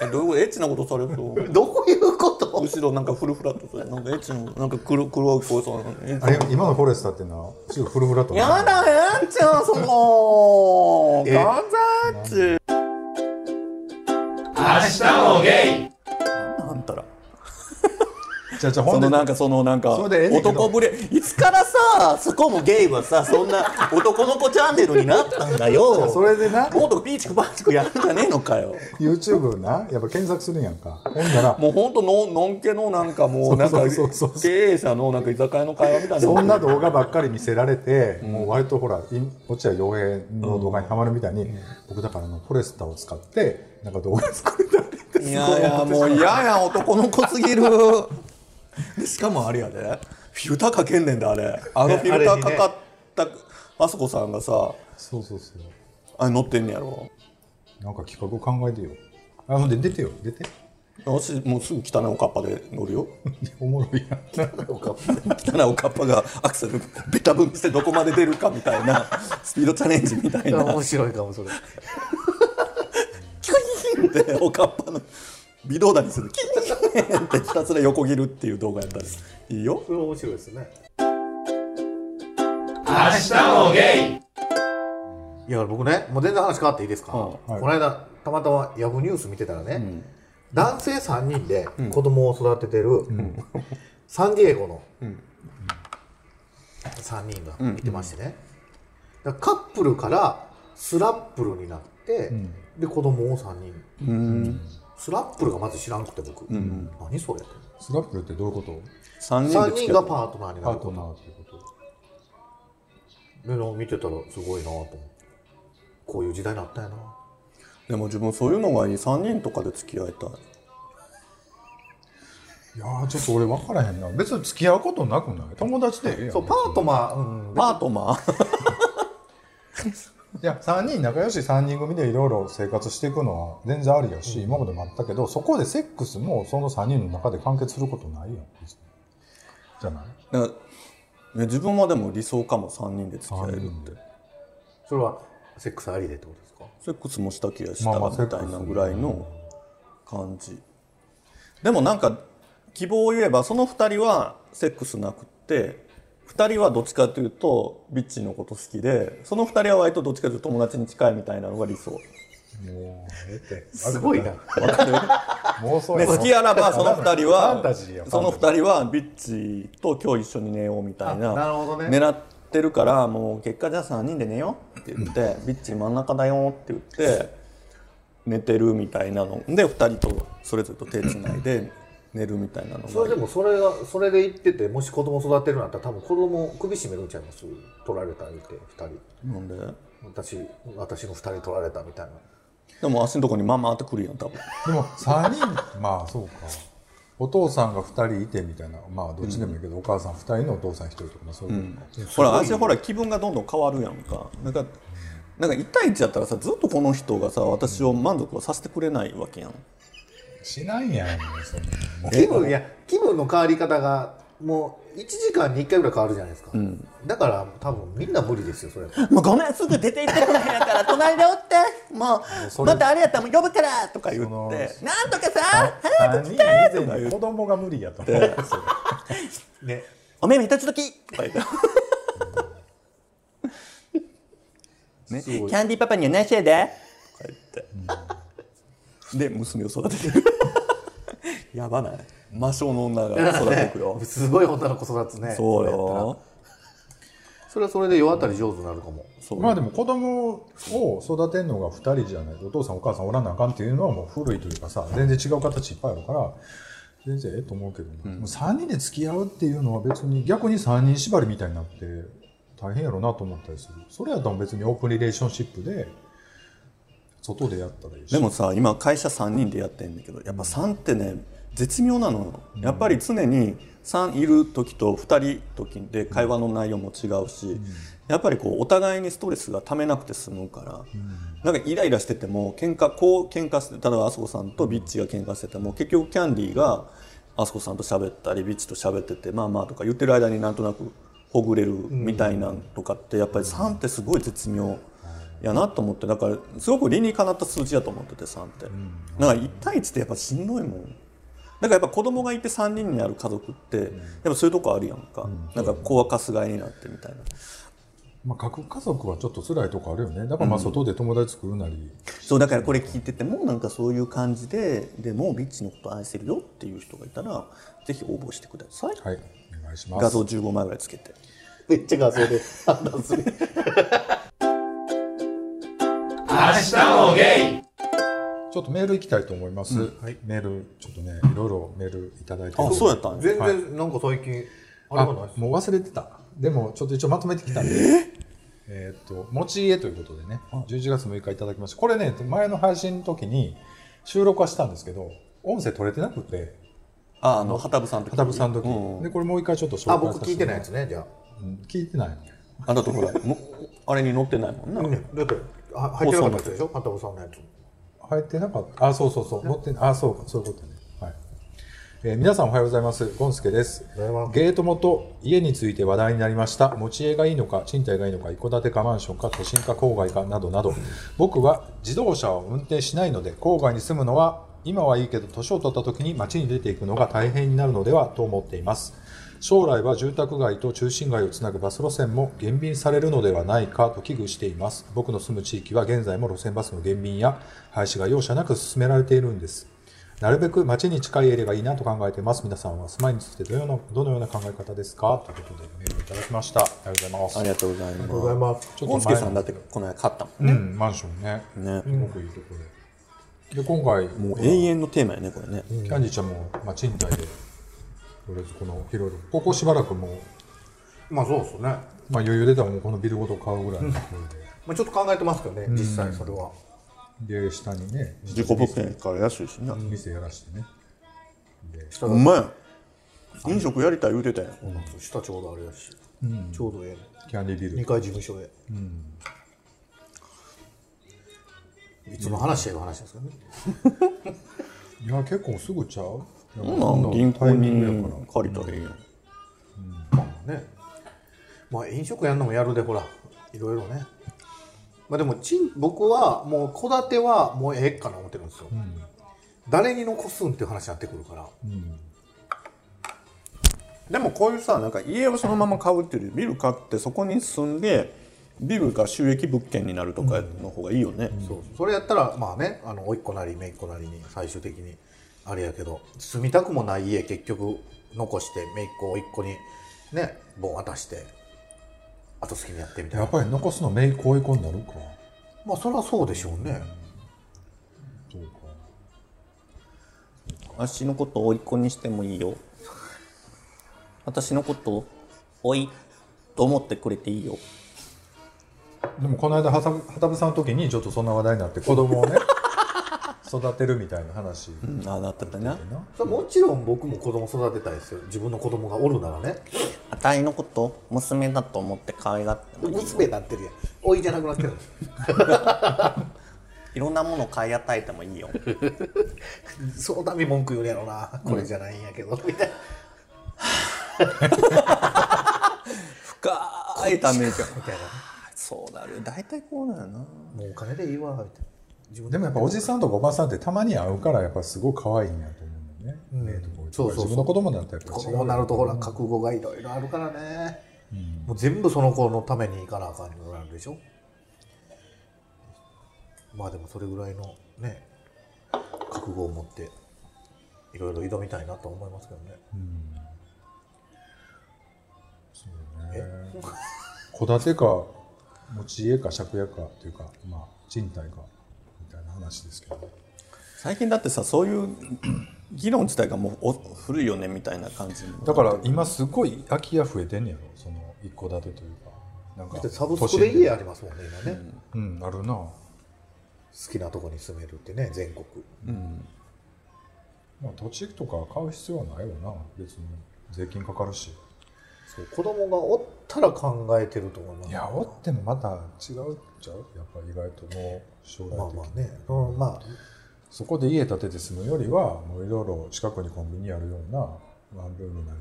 Speaker 3: えどういうことエッチなことされると
Speaker 1: どういうこと
Speaker 3: 後ろなんかフルフラットでなんかエッチのなんか黒黒い子さん
Speaker 2: あれ今のフォレスターっていうのはすぐフルフラットな
Speaker 3: だやんちゃんそこ
Speaker 1: え
Speaker 3: ガザッチ明日もゲイあんたら
Speaker 2: じゃあじゃあほ
Speaker 3: そ
Speaker 2: んで
Speaker 3: のなんかそのなんか
Speaker 2: それでええねんけど
Speaker 3: 男ぶれいつからさそこもゲイはさそんな男の子チャンネルになったんだよ
Speaker 2: それでな
Speaker 3: もっとビーチクバーチクやるんじゃねえのかよ
Speaker 2: YouTube なやっぱ検索するやんかほんなら
Speaker 3: もうほんとののんけのなんかもうなんか
Speaker 2: そうそうそうそう
Speaker 3: 経営者のなんか居酒屋の会話みたいな
Speaker 2: そんな動画ばっかり見せられて、もう割とほら、い落合陽平の動画にハマるみたいに、僕だからあのフォレスターを使って、なんか動画作りたいって
Speaker 3: い
Speaker 2: すご
Speaker 3: や
Speaker 2: い思
Speaker 3: いや
Speaker 2: って
Speaker 3: もう嫌や男の子すぎるでしかもあれやでフィルターかけんねんだあれあのフィルターかかったあそこさんがさ
Speaker 2: そうそうそう。
Speaker 3: あれ乗ってんねやろ
Speaker 2: なんか企画を考えてよ。あ、ほんで出てよ、出て。
Speaker 3: 私もうすぐ汚いおかっぱで乗 るよ
Speaker 2: おもろいやん。
Speaker 3: 汚いおかっぱがアクセルベタ踏みしてどこまで出るかみたいなスピードチャレンジみたいな
Speaker 1: 面 白いかもそれ
Speaker 3: キュイーンって おかっぱの微動だにするキュイーンってひたすら横切るっていう動画やったらいいよ
Speaker 1: それ面白いですね明日もゲイいや僕ねもう全然話変わっていいですか、
Speaker 3: はい
Speaker 2: はい
Speaker 1: この間たまたまヤフーニュース見てたらね、男性3人で子供を育ててる、サンディエゴの3人がいてましてね、だからカップルからスラップルになって、で子供を3人、スラップルがまず知らんくて僕、何それ
Speaker 2: スラップルってどういうこと
Speaker 3: 3
Speaker 1: 3
Speaker 3: 人で
Speaker 1: 人がパートナーにな
Speaker 2: パ
Speaker 1: る
Speaker 2: ー
Speaker 1: こ
Speaker 2: トナ
Speaker 1: と
Speaker 2: ーっていうこと。
Speaker 1: でなんか見てたらすごいなと思ってこういう時代になったんやな
Speaker 3: でも自分そういうのがいい3人とかで付き合いたい
Speaker 2: いやー、ちょっと俺分からへんな。別に付き合うことなくない友達でええやん。
Speaker 1: そうパートナー、うん、
Speaker 3: パートマー
Speaker 2: いや、3人、仲良し3人組でいろいろ生活していくのは全然あるやし、今までもあったけど、そこでセックスもその3人の中で完結することないやん。別にじゃない
Speaker 3: だからね自分はでも理想かも3人で付き合えるって
Speaker 1: それはセックスありでってことですか
Speaker 3: セックスもした気がした
Speaker 2: まあまあ
Speaker 3: みたいなぐらいの感じでもなんか希望を言えばその2人はセックスなくって2人はどっちかというとビッチーのこと好きでその2人は割とどっちかというと友達に近いみたいなのが理想
Speaker 2: もう、ええ って。
Speaker 1: すごいな
Speaker 2: 妄 想
Speaker 3: ね、
Speaker 2: や
Speaker 3: 好きやらばその二人は
Speaker 2: ファンタジーや
Speaker 3: その二人はビッチと今日一緒に寝ようみたいな
Speaker 1: あなるほどね
Speaker 3: 狙ってるからもう結果じゃあ3人で寝ようって言ってビッチ真ん中だよって言って寝てるみたいなので二人とそれぞれと手つないで寝るみたいなの
Speaker 1: それ
Speaker 3: が
Speaker 1: でもそれがそれで言っててもし子供育てるんだったら多分子供首絞めるんちゃいます取られた言って2人
Speaker 3: なんで
Speaker 1: 私私の2人取られたみたいな
Speaker 3: でも足のとこにママってくるやん多分
Speaker 2: でも3人、まあそうか。お父さんが2人いてみたいな、まあどっちでもいいけど、お母さん2人のお父さん1人とか、まあそういうのか。
Speaker 3: ほら足ほら気分がどんどん変わるやんかなんかなんか1対1やったらさずっとこの人がさ私を満足はさせてくれないわけやん
Speaker 2: しないやん、もうそんなもう
Speaker 1: 気分いや気分の変わり方がもう1時間に1回ぐらい変わるじゃないですか、だから多分みんな無理ですよそれ
Speaker 3: もうごめん、すぐ出て行ってこないやから、隣でおって、もう、またあれやったらもう呼ぶからとか言って、なんとかさ、
Speaker 2: 3人以前に子供が無理やと思う。
Speaker 1: ね
Speaker 3: お目見たちどきとか言って。ね、キャンディーパパには内緒やでとか言って。で、娘を育ててる。やばない。
Speaker 1: 。
Speaker 3: 魔性の女が育てていくよ
Speaker 1: すごい女の子育つね
Speaker 3: そうよ。
Speaker 1: それはそれで世渡り上手になるかも、
Speaker 3: そう
Speaker 2: まあでも子供を育てるのが2人じゃないとお父さんお母さんおらなあかんっていうのはもう古いというかさ全然違う形いっぱいあるから全然ええと思うけど、もう3人で付き合うっていうのは別に逆に3人縛りみたいになって大変やろなと思ったりするそれやったら別にオープンリレーションシップで外でやったらいいし
Speaker 3: でもさ今会社3人でやってんだけどやっぱ3ってね絶妙なのよやっぱり常に3いる時と2人時で会話の内容も違うし、やっぱりこうお互いにストレスがためなくて済むから、なんかイライラしてても喧嘩こう喧嘩して例えばあそこさんとビッチが喧嘩してても結局キャンディーがあそこさんと喋ったりビッチと喋っててまあまあとか言ってる間になんとなくほぐれるみたいなんとかってやっぱり3ってすごい絶妙。やなと思ってだからすごく理にかなった数字だと思ってて3って、なんか1対1ってやっぱしんどいもんだからやっぱ子供がいて3人になる家族って、やっぱそういうとこあるやんか、なんか子はかすがいになってみたいな、
Speaker 2: まあ、各家族はちょっと辛いとこあるよねだからまあ外で友達作るなり、
Speaker 3: そうだからこれ聞いててもなんかそういう感じででもうビッチのこと愛せるよっていう人がいたらぜひ応募してください、
Speaker 2: はいお願いします
Speaker 3: 画像15枚ぐらいつけて
Speaker 1: めっちゃ画像で判断する
Speaker 2: ちょっとメール行きたいと思います、
Speaker 1: はい
Speaker 2: メールちょっとねいろいろメールいただいて
Speaker 3: あそうやったん や
Speaker 1: 全然なんか最近あれがない
Speaker 2: あもう忘れてたでもちょっと一応まとめてきたんでえーっと持ち家ということでね11月6日いただきましたこれね前の配信の時に収録はしたんですけど音声取れてなくて
Speaker 3: ああのはたぶさんと
Speaker 2: 片部さんの時、
Speaker 3: うん
Speaker 2: でこれもう一回ちょっと紹
Speaker 1: あ
Speaker 2: 介
Speaker 1: 僕
Speaker 2: さ
Speaker 1: 聞
Speaker 2: せ
Speaker 1: いて
Speaker 2: ても
Speaker 1: ないや
Speaker 2: らう
Speaker 1: つねじゃあ
Speaker 2: うん聞いてない
Speaker 3: あなたほらもあれに載ってないもんな、
Speaker 1: だってあ入ってなかったやつでしょ片岡さんのやつ
Speaker 2: 入ってなかったあそうそうそう持ってあそうかそういうことねはい、えー皆さんおはようございますゴンスケです
Speaker 1: おはようございます
Speaker 2: ゲートもと家について話題になりました持ち家がいいのか賃貸がいいのか一戸建てかマンションか都心か郊外かなどなど僕は自動車を運転しないので郊外に住むのは今はいいけど年を取った時に街に出ていくのが大変になるのではと思っています将来は住宅街と中心街をつなぐバス路線も減便されるのではないかと危惧しています僕の住む地域は現在も路線バスの減便や廃止が容赦なく進められているんですなるべく街に近いエリアがいいなと考えています皆さんは住まいについてどのようなどのような考え方ですかということでメールをいただきましたありがとうござ
Speaker 3: あ
Speaker 2: い
Speaker 3: り
Speaker 2: ます
Speaker 3: がとうございます
Speaker 1: ございます
Speaker 2: ちょっと前
Speaker 3: ゴンスケさんだってこの間買ったもん
Speaker 2: うんマンションね
Speaker 3: ね
Speaker 2: すごくいいとこでで今回
Speaker 3: もう
Speaker 2: この
Speaker 3: 永遠のテーマやねこれね、
Speaker 2: キャンディちゃんも、まあ、賃貸でとりあえずこの広々ここしばらくもう、
Speaker 1: まあそうですよね
Speaker 2: まあ、余裕出たらもうこのビルごと買うぐらいのとこ
Speaker 1: まあちょっと考えてますけどね実際それは
Speaker 2: ろでで下にね
Speaker 3: 自己物件から安いしな、
Speaker 2: 店やらしてね
Speaker 1: 下
Speaker 3: う
Speaker 1: だ
Speaker 3: まい飲食やりたい言うてたやん
Speaker 1: 下ちょうどあれやしちょうどえ
Speaker 2: キャンディビ
Speaker 1: え2
Speaker 2: ル
Speaker 1: 階事務所へいつの話やいう話ですけどね
Speaker 2: いや結構すぐちゃういや
Speaker 3: ほな銀行に
Speaker 2: タイミングやから
Speaker 3: 借りたらええやん
Speaker 1: まあねまあ飲食やるのもやるでほらいろいろねまあでも賃僕はもう戸建てはもうええかな思ってるんですよ、誰に残すんっていう話になってくるから、
Speaker 3: でもこういうさなんか家をそのまま買うっていうよりビル買ってそこに住んでビルが収益物件になるとかの方がいいよね、
Speaker 1: そうそれやったらまあねあの甥っ子なり姪っ子なりに最終的にあれやけど住みたくもない家結局残して姪っ子甥っ子にねボン渡して後好きにやってみたい
Speaker 2: や
Speaker 1: な
Speaker 2: っぱり残すのメイク追い込んだるか
Speaker 1: まあそりゃそうでしょうね
Speaker 2: そうか
Speaker 3: 私のことを甥っ子にしてもいいよ私のことを甥いと思ってくれていいよ
Speaker 2: でもこの間はたはたぶさんの時にちょっとそんな話題になって子 供をね育てるみたいな話で
Speaker 3: ああなってたな
Speaker 2: な
Speaker 1: それはもちろん僕も子供育てたいですよ自分の子供がおるならね
Speaker 3: あたいのこと娘だと思って可愛がってもいいよ
Speaker 1: 娘になってるやん甥じゃなくなってる
Speaker 3: いろんなもの買い与えてもいいよ
Speaker 1: そのたび文句言うねやろなこれじゃないんやけど、みたいな
Speaker 3: 深いためじゃん
Speaker 1: みたいな
Speaker 3: そうだる大体こうなんやな
Speaker 1: もうお金でいいわみたいな自分
Speaker 2: でもやっぱおじさんとかおばさんってたまに会うからやっぱすごい可愛いんやと思うんだよね。ええところ
Speaker 1: そうそうそう
Speaker 2: 自分の子供だったらやっぱ
Speaker 1: 子
Speaker 2: 違う
Speaker 1: 供になるとほら覚悟がいろいろあるからね、もう全部その子のために行かなあかんようになるでしょまあでもそれぐらいのね覚悟を持っていろいろ挑みたいなと思いますけどね、
Speaker 2: そうね戸建てか持ち家か借家かというか、まあ、賃貸かみたいな話ですけど
Speaker 3: 最近だってさそういう 議論自体がもうお古いよねみたいな感じに
Speaker 2: だから今すごい空き家増えてんねやろその一戸建てというかなんか
Speaker 1: だってサブスクで家ありますもんね今ね、好
Speaker 2: 都心でうんあるな、
Speaker 1: きなとこに住めるってね全国
Speaker 2: まあ、土地とか買う必要はないわな別に税金かかるし
Speaker 1: そう子供がおったら考えてると思います
Speaker 2: いやおってもまた違うっちゃうやっぱ意外ともう将来的に、
Speaker 1: まあまあね、うん、まあ
Speaker 2: そこで家建てて住むよりはもういろいろ近くにコンビニあるようなワンルームな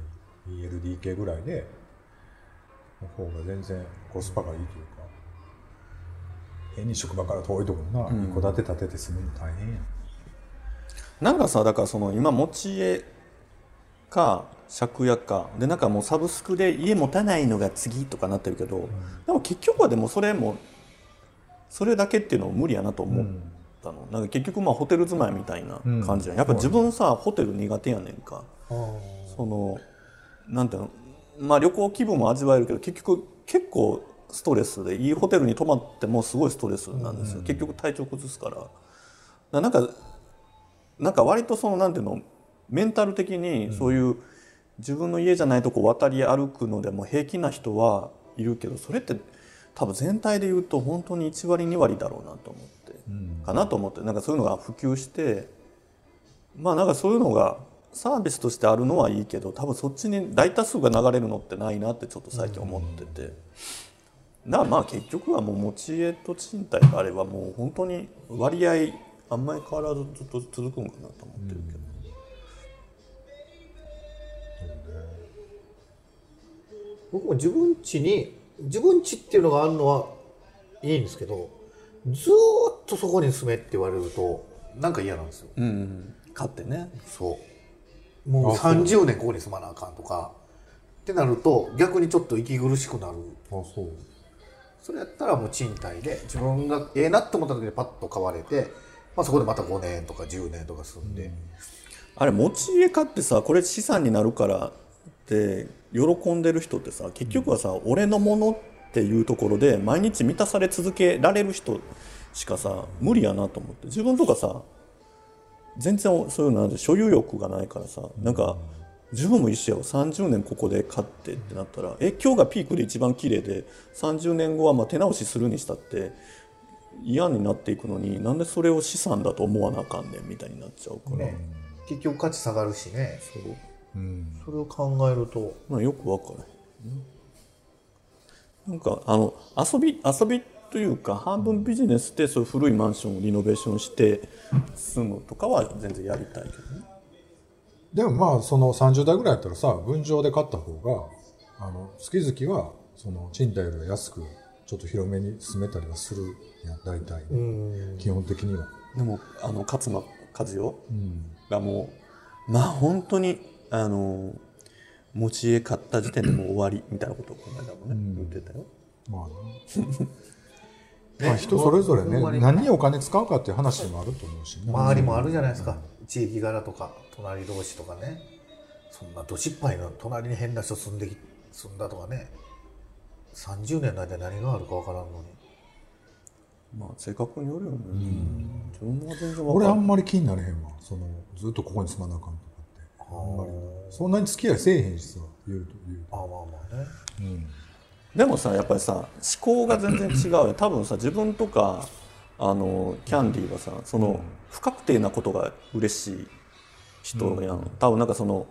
Speaker 2: り 2LDK ぐらいでの方が全然コスパがいいというか変に職場から遠いところにな一戸建て建てて住むの大変やん
Speaker 3: なんかさだからその今持ち家か借家かでなんかもうサブスクで家持たないのが次とかなってるけど、でも結局はでもそれもそれだけっていうのも無理やなと思ったの、なんか結局まあホテル住まいみたいな感じやん、やっぱ自分さホテル苦手やねんか、そのなんていうのまあ旅行気分も味わえるけど結局結構ストレスでいいホテルに泊まってもすごいストレスなんですよ、結局体調崩すから。だからなんかなんか割とそのなんていうのメンタル的にそういう自分の家じゃないとこ渡り歩くのでも平気な人はいるけどそれって多分全体で言うと本当に1割2割だろうなと思って、かなと思ってなんかそういうのが普及してまあなんかそういうのがサービスとしてあるのはいいけど多分そっちに大多数が流れるのってないなってちょっと最近思ってて。だからまあ結局はもう持ち家と賃貸があればもう本当に割合あんまり変わらずずっと続くんかなと思ってるけど、
Speaker 1: 僕も自分家に自分家っていうのがあるのはいいんですけどずーっとそこに住めって言われるとなんか嫌なんですよ、
Speaker 3: 買ってね
Speaker 1: そうもう30年ここに住まなあかんとかってなると逆にちょっと息苦しくなる
Speaker 2: あそう
Speaker 1: それやったらもう賃貸で自分がええなって思った時にパッと買われて、まあ、そこでまた5年とか10年とか住んで、
Speaker 3: あれ持ち家買ってさこれ資産になるからって喜んでる人ってさ結局はさ、俺のものっていうところで毎日満たされ続けられる人しかさ無理やなと思って自分とかさ全然そういうのなんて所有欲がないからさなんか自分も一緒やわ30年ここで買ってってなったらえ今日がピークで一番綺麗で30年後はまあ手直しするにしたって嫌になっていくのになんでそれを資産だと思わなあかんねんみたいになっちゃうから。
Speaker 1: ね結局価値下がるしね
Speaker 3: そう
Speaker 1: それを考えると
Speaker 3: まあ、よくわからない。なんかあの遊び遊びというか半分ビジネスでそういう古いマンションをリノベーションして住むとかは全然やりたいけどね。
Speaker 2: でもまあその30代ぐらいやったらさ分譲で買った方があの月々はその賃貸よりは安くちょっと広めに住めたりはするやん大体基本的には
Speaker 3: でもあの勝間和代がもう、まあ本当にあの持ち家買った時点でもう終わりみたいなことをこの間もね、言ってたよ。
Speaker 2: まあね まあ人それぞれね何にお金使うかっていう話もあると思うしね
Speaker 1: 周りもあるじゃないですか、地域柄とか隣同士とかねそんなど失敗の隣に変な人住んでき住んだとかね30年の間に何があるかわからんのに
Speaker 3: まあ性格によるよね。自分は全然わか
Speaker 2: 俺
Speaker 3: ら
Speaker 2: あ
Speaker 3: ない。
Speaker 2: んまり気になれへんわそのずっとここに住まなあかんとかってあんまりそんなに付き合いせえへんしさ言うと言うと
Speaker 1: まあまあまあね
Speaker 3: でもさやっぱりさ思考が全然違うよ多分さ自分とかあのキャンディーはさその不確定なことが嬉しい人やん、多分なんかその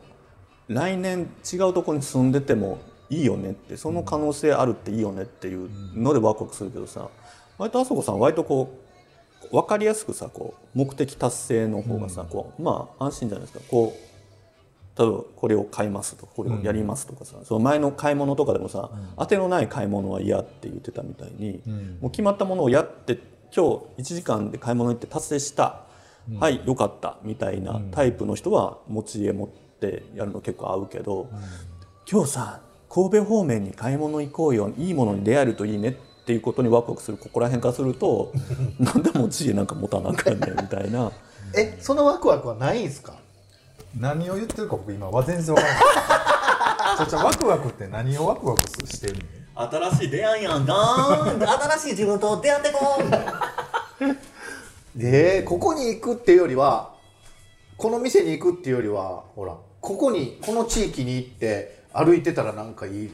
Speaker 3: 来年違うとこに住んでてもいいよねってその可能性あるっていいよねっていうのでワクワクするけどさ割とあそこさん割とこう分かりやすくさこう目的達成の方がさ、こうまあ安心じゃないですかこう例えばこれを買いますとかこれをやりますとかさ、その前の買い物とかでもさ、当てのない買い物は嫌って言ってたみたいに、もう決まったものをやって今日1時間で買い物行って達成した、はい良かったみたいなタイプの人は持ち家持ってやるの結構合うけど、今日さ神戸方面に買い物行こうよいいものに出会えるといいねっていうことにワクワクするここら辺からする となんで持ち家なんか持たなあかんねんみたいな。
Speaker 1: えそのワクワクはないんすか
Speaker 2: 何 を言ってるか僕今は全然わからないじゃあじゃあワクワクって何をワクワクしてるの
Speaker 3: 新しい出会いやんか新しい自分と出会ってこう
Speaker 1: でここに行くっていうよりはこの店に行くっていうよりはほらここにこの地域に行って歩いてたらなんかいい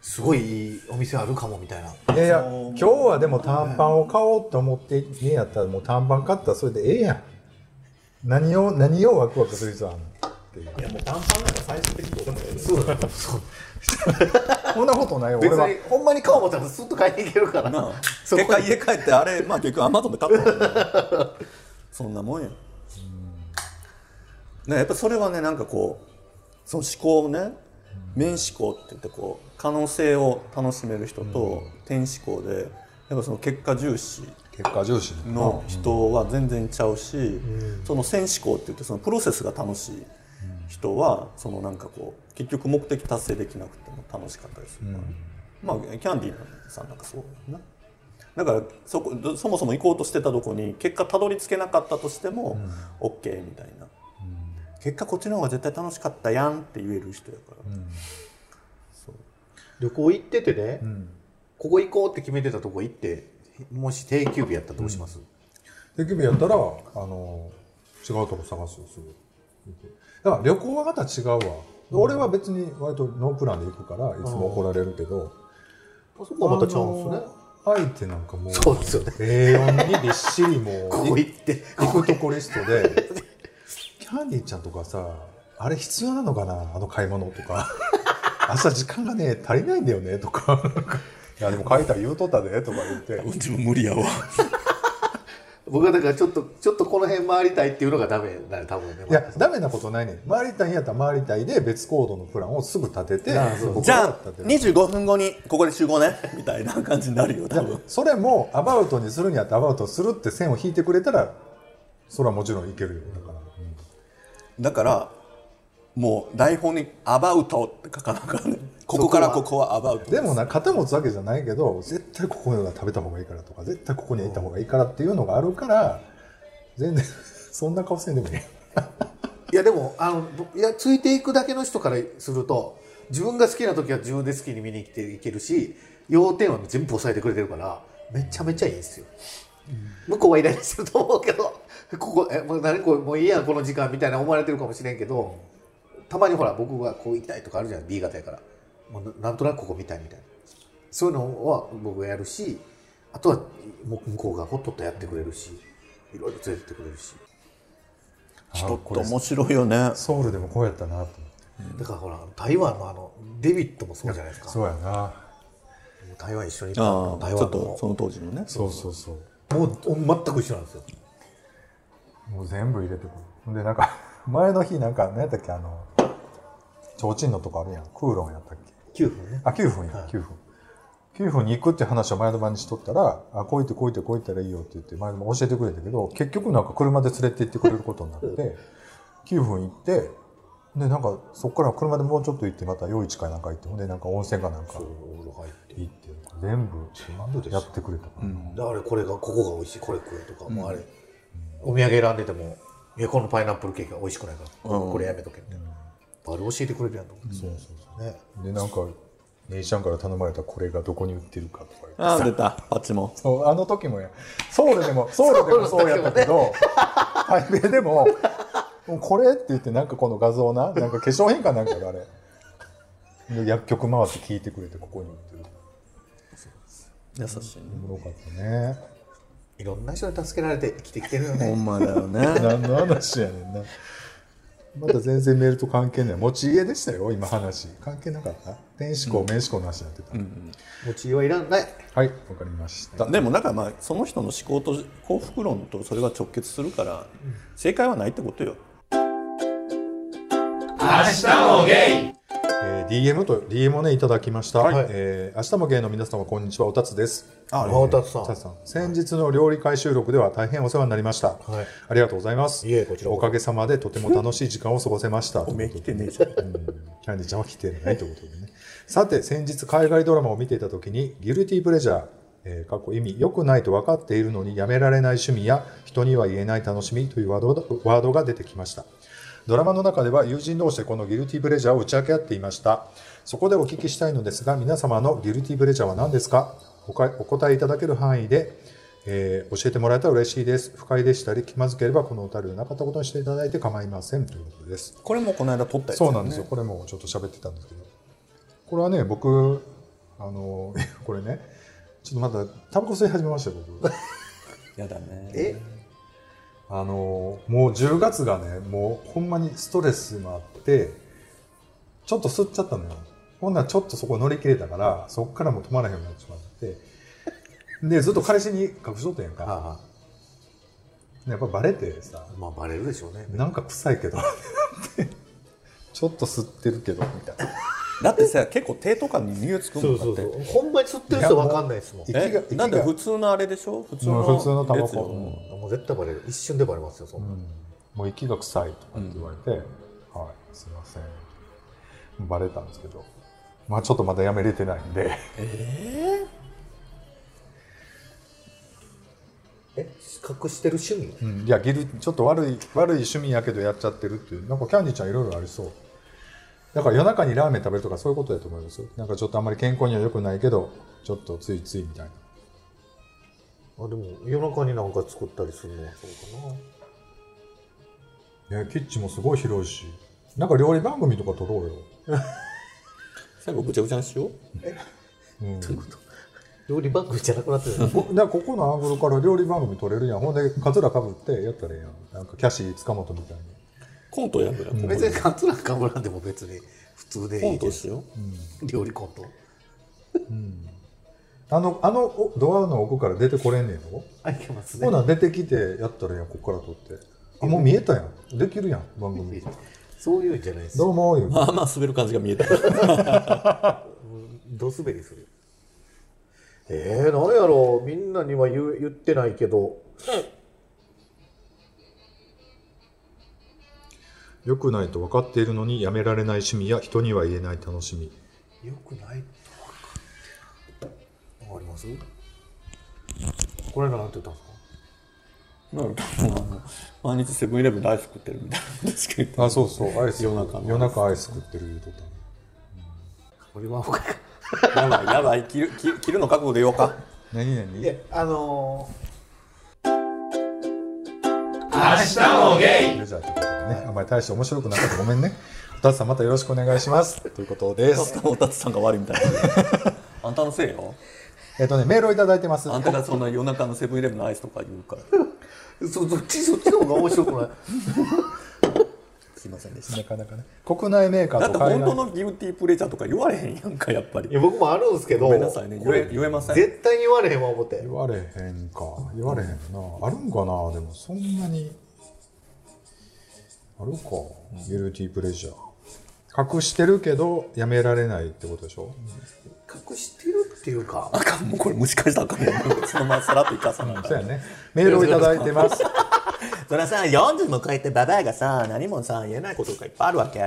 Speaker 1: すごいいいお店あるかもみたいない
Speaker 2: やいや今日はでも短パンを買おうと思って家やったらもう短パン買ったらそれでええやん何を何をワクワクする必要あんのっていう
Speaker 3: いやもう短パンなんか最終的にどうでもいいです
Speaker 1: そうだそう
Speaker 2: そんなことないよ俺
Speaker 1: 別
Speaker 2: は
Speaker 1: にほんまに買おう思ったらスッと買いに行けるから
Speaker 3: なあ
Speaker 1: そこ
Speaker 3: 結果家帰ってあれまあ結局アマゾンで買ったもんね そんなもんやねやっぱそれはねなんかこうその思考をね面思考って言ってこう可能性を楽しめる人と点思考でやっぱその結果重視
Speaker 2: 結果重視
Speaker 3: の人は全然ちゃうし、その戦士校って言ってそのプロセスが楽しい人はそのなんかこう結局目的達成できなくても楽しかったりするから、まあキャンディーさんなんかそうだよね。だからそこどそもそも行こうとしてたとこに結果たどり着けなかったとしても OK みたいな、結果こっちの方が絶対楽しかったやんって言える人やから、
Speaker 1: 旅行行っててね、ここ行こうって決めてたとこ行ってもし定休日やったらどうします、
Speaker 2: 定休日やったらあの違うとこ探すよすぐだから旅行はまた違うわ、俺は別に割とノープランで行くからいつも怒られるけど、
Speaker 1: そこはまたちゃうんですね
Speaker 2: あの相手なんかもう
Speaker 1: そうですよね
Speaker 2: A4 にびっしりも う
Speaker 1: ここ行って
Speaker 2: 行くとこリストでキャンディーちゃんとかさあれ必要なのかなあの買い物とか明日時間がね足りないんだよねとかなんかいやでも書いたら言うとったでとか言って
Speaker 3: 自分無理やわ
Speaker 1: 僕はだからちょっとちょっとこの辺回りたいっていうのがダメだね多分ね
Speaker 2: いやダメなことないねん回りたいんやったら回りたいで別行動のプランをすぐ立てて
Speaker 1: ああそう
Speaker 2: ここ
Speaker 3: じゃあ
Speaker 2: 立てる
Speaker 3: 25分後にここで集合ねみたいな感じになるよ多分
Speaker 2: それもアバウトにするにはアバウトするって線を引いてくれたらそれはもちろんいけるよだから、
Speaker 3: だからもう台本に「アバウト」って書かなあかんねここからここはアバウト
Speaker 2: でもな肩持つわけじゃないけど絶対ここのが食べた方がいいからとか絶対ここには行った方がいいからっていうのがあるから全然そんな顔せんでもい
Speaker 1: い
Speaker 2: い
Speaker 1: やでもあのぼいやついていくだけの人からすると自分が好きな時は自分で好きに見に来ていけるし要点は全部抑えてくれてるからめちゃめちゃいいんですよ、向こうはイライラしてると思うけど ここえもう何これもういいやんこの時間みたいな思われてるかもしれんけどたまにほら僕がこう行きたいとかあるじゃない B 型やからもうななんとなくここ見たいみたいなそういうのは僕がやるしあとはもう向こうがほっとっとやってくれるしいろいろ連れてってくれるし
Speaker 3: ちょっと面白いよね
Speaker 2: ソウルでもこうやったなと思って
Speaker 1: だからほら台湾のあのデビットもそうじゃないですか
Speaker 2: そうやな
Speaker 1: 台湾一緒に
Speaker 3: ああ
Speaker 1: 行った
Speaker 3: ち
Speaker 1: 台
Speaker 3: ょ
Speaker 1: 湾
Speaker 3: っとその当時のね
Speaker 2: そうそうそう
Speaker 1: のもう全く一緒なんですよ
Speaker 2: もう全部入れてくるほんでなんか前の日なんか何やったっけあの提灯のとこあるやんクーロンやったっけ
Speaker 1: 9分ね
Speaker 2: あ9分や、9分9分に行くって話を前の晩にしとったら「あこういってこういってこういったらいいよ」って言って前の晩教えてくれたけど結局なんか車で連れて行ってくれることになって9分行ってでなんかそこから車でもうちょっと行ってまた夜市かなんか行ってほんでなんか温泉かなんか
Speaker 1: お風呂入って
Speaker 2: 行って全部やってくれたから、
Speaker 1: だからこれがここが美味しいこれ食えとか、もうあれお土産選んでても「いやこのパイナップルケーキが美味しくないからこれ,、やめとけ」みたいな、あれ教えてくれるやんと思って、そうそうそうね
Speaker 2: でなんか姉ちゃんから頼まれたこれがどこに売ってるかとか言って
Speaker 3: ああ出たパッチも
Speaker 2: そうあの時もやソウルで もソウルでもそうやったけど、台北でももうこれって言ってなんかこの画像ななんか化粧品かなんかがあれで薬局回って聞いてくれてここに売ってる
Speaker 3: 優しいね
Speaker 2: おもろかったね
Speaker 1: いろんな人に助けられて生きてきてるよね
Speaker 3: ほんまだよね
Speaker 2: 何の話やねんなまた全然メールと関係ない持ち家でしたよ今話関係なかった天使校名詞校の話になってた、
Speaker 1: 持ち家はいらない
Speaker 2: はいわかりました
Speaker 3: でもなんかまあその人の思考と幸福論とそれが直結するから正解はないってことよ
Speaker 2: えー DM と DM をねいただきました、
Speaker 1: はい
Speaker 2: えー明日もゲイの皆様こんにちはおたつです
Speaker 1: あおたつさん
Speaker 2: さん先日の料理会収録では大変お世話になりました、
Speaker 1: はい
Speaker 2: ありがとうございます
Speaker 1: いえこちらこそ
Speaker 2: おかげさまでとても楽しい時間を過ごせました
Speaker 3: おめえ来てねえじゃん
Speaker 2: キャンディちゃんは来てないということでね。さて、先日海外ドラマを見ていたときに、ギルティープレジャー、えー、過去意味、良くないと分かっているのにやめられない趣味や、人には言えない楽しみというワードがワードが出てきました。ドラマの中では友人同士でこのギルティブレジャーを打ち明け合っていました。そこでお聞きしたいのですが、皆様のギルティブレジャーは何ですかおかお答えいただける範囲で、えー教えてもらえたら嬉しいです。不快でしたり、気まずければこのお便りでなかったことにしていただいて構いませんということです。
Speaker 3: これもこの間撮ったやつ
Speaker 2: そうなんですよ。これもちょっと喋ってたんですけど、これはね、僕あの これね、ちょっとまだタバコ吸い始めましたよ 僕。
Speaker 3: やだね
Speaker 1: え
Speaker 2: あのもう10月がね、もうほんまにストレスもあって、ちょっと吸っちゃったのよ。ほんならちょっとそこ乗り切れたから、そこからもう止まらへんようになってしまって、でずっと彼氏に隠しとったやん
Speaker 1: ああ
Speaker 2: か。やっぱバレてさ、
Speaker 1: まあバレるでしょうね
Speaker 2: なんか臭いけど、 ちょっと吸ってるけどみたいな。
Speaker 3: だってさ結構低等感に匂いつくもんだって
Speaker 1: ほんまに吸ってる人は分かんないですもん
Speaker 2: いや息が
Speaker 3: え
Speaker 2: 息が
Speaker 3: なんで普通のあれでしょ普通の
Speaker 2: うん普通のタバコ
Speaker 3: 列よ
Speaker 2: うん
Speaker 1: もう絶対バレる一瞬でバレますよそんな、
Speaker 2: もう息が臭いとかって言われて、はい、すいません。バレたんですけど、まあちょっとまだやめれてないんで、
Speaker 1: え隠してる趣味、
Speaker 2: うんいや、ギル、ちょっと悪い、悪い趣味やけどやっちゃってるっていう、なんかキャンディーちゃんいろいろありそう。だから夜中にラーメン食べるとかそういうことだと思いますよ。なんかちょっとあんまり健康には良くないけど、ちょっとついついみたいな。
Speaker 1: あでも夜中になんか作ったりするのはそうかない
Speaker 2: や、キッチンもすごい広いし、なんか料理番組とか撮ろうよ。
Speaker 3: 最後ぐちゃぐちゃにしよう
Speaker 2: うん。
Speaker 1: 料理番組じゃなくなってる
Speaker 2: こだからここのアングルから料理番組撮れるやん。ほんで、カツラかぶってやったらええやん。なんかキャシー塚本みたいに。
Speaker 3: コントやるや ん
Speaker 1: 別にカツラかぶらんでも別に普通で
Speaker 3: コ
Speaker 1: い
Speaker 3: ン
Speaker 1: い
Speaker 3: ト
Speaker 1: です
Speaker 3: しよう
Speaker 1: 料理コント
Speaker 2: あの、あのおドアの奥から出てこれんねんの
Speaker 1: あいけますね
Speaker 2: ほな出てきてやったらええやん、こっから撮って。あ、もう見えたやん。できるやん、番組。
Speaker 1: そういうんじゃないです
Speaker 2: どうも、言うて
Speaker 3: まあまあ滑る感じが見えた
Speaker 1: ど滑りするえー、何やろうみんなには言う言ってないけど
Speaker 2: 良くないと分かっているのにやめられない趣味や人には言えない楽しみ
Speaker 1: よくないとわかってるわかりますこれ間なんて言ったんですか
Speaker 3: なんかあの毎日セブンイレブン大好き食ってるみたいなことしか言ってない
Speaker 2: あそうそうアイス
Speaker 3: 夜中の
Speaker 2: 夜中アイス食ってる言うとっ
Speaker 1: これは他か
Speaker 3: やばい やばい切る切る切るの覚悟で言おうか
Speaker 2: た何 々
Speaker 1: いやあの
Speaker 2: レジャーということでねあんまり大して面白くなかったごめんねお父さんまたよろしくお願いしますということです
Speaker 3: おたつさんが悪いみたいな あんたのせいよ
Speaker 2: えっとねメールをいただいてます
Speaker 3: あんたがそんな夜中のセブンイレブンのアイスとか言うから
Speaker 1: ー、そそっちそっちの方が面白くない
Speaker 3: すいませんでした
Speaker 2: なかなかね国内メーカー
Speaker 3: だって
Speaker 2: と海
Speaker 3: 本当
Speaker 2: 外
Speaker 3: のギルティープレジャーとか言われへんやんかやっぱり
Speaker 1: いや僕もあるんですけど
Speaker 3: ごめんなさいね言え言えません
Speaker 1: 絶対に言われへんわ思って
Speaker 2: 言われへんか言われへんなあるんかなでもそんなにあるかギルティープレジャー隠してるけどやめられないってことでしょ、
Speaker 1: 隠してるっていうか
Speaker 3: あかんもうこれ蒸し返したらあかんもんそのままさらっといかさな
Speaker 2: そうやねメールをいただいてます
Speaker 3: そりゃさ40も超えてババアがさ何もさ言えないことがいっぱいあるわけ、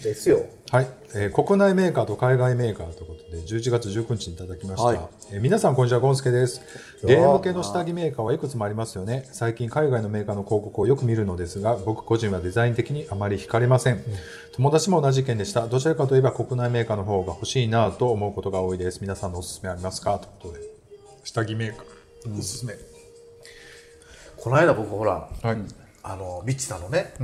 Speaker 1: ですよ
Speaker 2: はい、えー国内メーカーと海外メーカーということで11月19日にいただきました、
Speaker 3: はい
Speaker 2: えー皆さんこんにちはゴンスケですゲーム系の下着メーカーはいくつもありますよね最近海外のメーカーの広告をよく見るのですが僕個人はデザイン的にあまり惹かれません、友達も同じ意見でしたどちらかといえば国内メーカーの方が欲しいなぁと思うことが多いです皆さんのおすすめありますかということで下着メーカーおすすめ、
Speaker 1: この間僕ほら
Speaker 2: はい、
Speaker 1: あのビッチさんのね、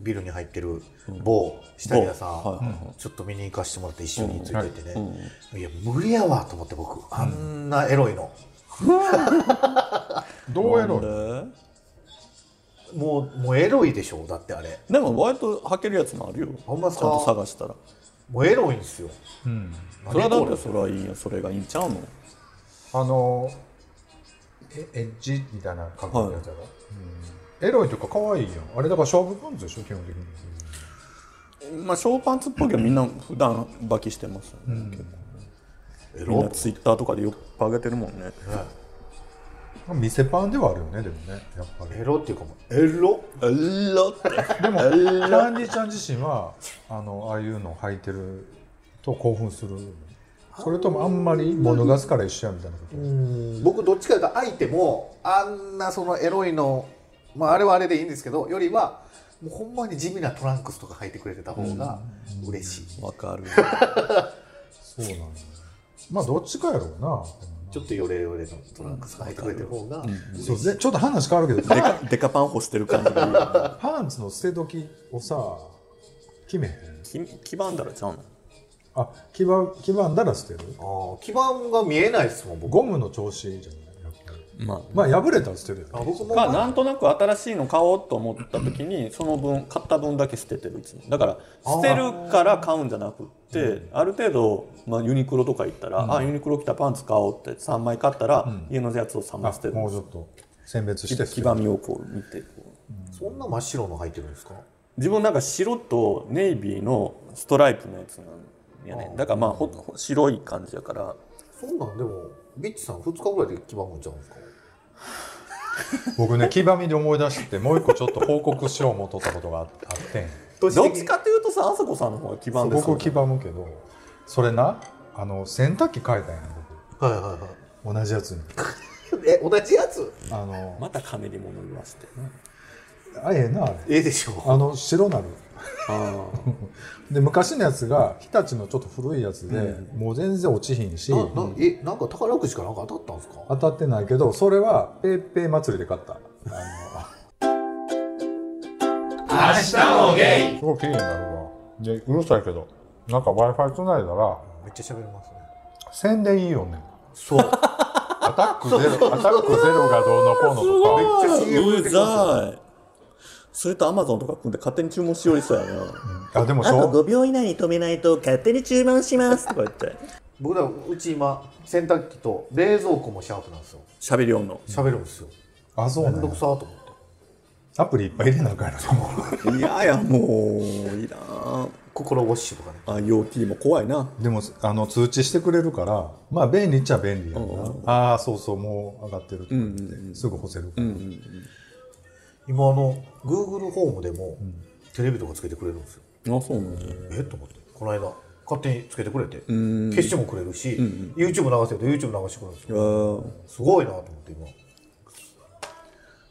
Speaker 1: ビルに入ってる某下着屋さん、
Speaker 3: 某はいはいは
Speaker 1: ちょっと見に行かしてもらって一緒についていってね、いや無理やわと思って僕あんなエロいの、
Speaker 2: どうやろう
Speaker 1: もうもうエロいでしょだってあれ
Speaker 3: でも割と履けるやつもあるよ
Speaker 1: ほんまっすか
Speaker 3: ちゃんと探したら
Speaker 1: もうエロいんですよ、何
Speaker 3: それはだっ
Speaker 1: こ
Speaker 3: てそれはいいよそれがいいんちゃうの
Speaker 2: あのえエッジみたいな感覚のやつやろ、うんエロいというか可愛いやんあれだから勝負パンツでしょ基本的に
Speaker 3: まあショーパンツっぽいけどみんな普段履きしてますよね、結構
Speaker 1: エ
Speaker 3: みんな
Speaker 1: ロ
Speaker 3: ツイッターとかでよく上げてるもんね
Speaker 2: 店パンではあるよねでもねやっぱ り
Speaker 1: エロっていうかもうエロ
Speaker 3: うろって
Speaker 2: でもキャンディちゃん自身はあのああいうのを履いてると興奮するそれともあんまり物がすから一緒やみたいなこと、
Speaker 1: 僕どっちかというと相手もあんなそのエロいのまああれはあれでいいんですけどよりはもうほんまに地味なトランクスとか履いてくれてた方が嬉しい、
Speaker 3: わかる
Speaker 2: そうなんだよまあどっちかやろうな
Speaker 1: ちょっとヨレヨレのトランクスが履いてくれてる方が、
Speaker 2: そうでちょっと話変わ るけど
Speaker 3: デカデカパン干してる感じが
Speaker 2: パンツの捨て時をさ決めへん
Speaker 3: いいき黄ばんだらちゃうの
Speaker 2: あ黄ば黄ばんだら捨てる
Speaker 1: あー基盤が見えないですもん僕
Speaker 2: ゴムの調子いいじゃないやっぱり
Speaker 3: まあ
Speaker 2: まあ破れたら捨てるよね
Speaker 1: あ僕も、
Speaker 3: がなんとなく新しいの買おうと思った時にその分買った分だけ捨ててるいつもだから捨てるから買うんじゃなくってある程度、まあ、ユニクロとか行ったら、あユニクロ着たパンツ買おうって3枚買ったら、家のやつを3枚捨て
Speaker 2: あ
Speaker 3: る
Speaker 2: もうちょっと選別して捨て
Speaker 3: 黄ば
Speaker 2: る
Speaker 3: みをこう見てこう
Speaker 1: そんな真っ白の履いてるんですか
Speaker 3: 自分なんか白とネイビーのストライプのやつなんやねだからまあほほ白い感じやから
Speaker 1: そんなんでもビッチさん2日ぐらいで基盤むんちゃうんですか
Speaker 2: 僕ね黄ばみで思い出してもう一個ちょっと報告しよう思っとったことがああってん
Speaker 3: どっちかというとさあさこさんの方が黄ばんです
Speaker 2: 僕黄ばむけどそれなあの洗濯機変えたんや
Speaker 1: はいはいはい
Speaker 2: 僕同じやつに
Speaker 1: え同じやつ
Speaker 2: あの
Speaker 3: またカメリモノ言わしてね
Speaker 2: あええなあれ
Speaker 1: ええでしょ
Speaker 2: あの白なる
Speaker 3: ああ
Speaker 2: で昔のやつが日立のちょっと古いやつで、もう全然落ちひんし
Speaker 1: ななえなんか宝くじかなんか当たったんですか
Speaker 2: 当たってないけどそれはペーペー祭りで買ったあの明日もゲイすごい綺麗になるわでうるさいけどなんか w i f i つないだら
Speaker 1: めっちゃ喋りますね
Speaker 2: 宣伝いいよね
Speaker 1: そうめっ
Speaker 2: アタックゼロアタックゼロがどうのこうのとか
Speaker 1: ちゃ CM 出
Speaker 3: う
Speaker 1: てきますよ
Speaker 3: ざいそれとアマゾンとか組んで勝手に注文しよりそうやな
Speaker 2: あでも
Speaker 5: あと
Speaker 2: そ
Speaker 5: 5
Speaker 2: う
Speaker 5: 秒以内に止めないと勝手に注文します
Speaker 3: とか言って
Speaker 1: 僕らうち今洗濯機と冷蔵庫もシャープなんですよ
Speaker 3: 喋りよんの
Speaker 1: 喋るんですよ
Speaker 2: あそう
Speaker 1: め
Speaker 2: ね
Speaker 1: んどくさーと思って
Speaker 2: アプリいっぱい入れなあかんやろ
Speaker 3: いやいやもういいなあ
Speaker 1: 心ウォッシュとかね
Speaker 3: あ IoT も怖いな
Speaker 2: でもあの通知してくれるからまあ便利っちゃ便利やんな、ああそうそうもう上がってるとかって、すぐ干せるから、
Speaker 1: 今あの Google ホームでもテレビとかつけてくれるんですよ
Speaker 3: あそうなんだ
Speaker 1: えっと思ってこの間勝手につけてくれて消してもくれるし YouTube 流せると YouTube 流してくれるんですよすごいなと思って今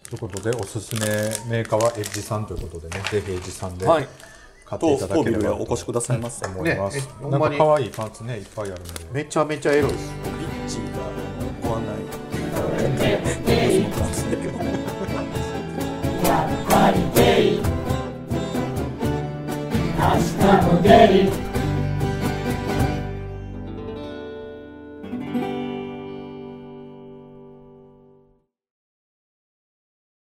Speaker 2: ということでおすすめメーカーはエッジさんということでねぜひエッジさんで
Speaker 3: は
Speaker 2: 買
Speaker 3: い
Speaker 2: って
Speaker 3: と
Speaker 2: いただ
Speaker 3: 当
Speaker 2: け
Speaker 3: ビ
Speaker 2: れ
Speaker 3: ルへ
Speaker 2: ば
Speaker 3: お
Speaker 2: と
Speaker 3: 越しくださいませもう
Speaker 2: 思います、
Speaker 1: ねえ
Speaker 2: な
Speaker 1: ほ
Speaker 2: んか
Speaker 1: んまに
Speaker 2: 可愛いパンツねいっぱいあるので
Speaker 1: めちゃめちゃエロいです
Speaker 3: リッチーがご案内の感じだけど
Speaker 6: 明日もゲイ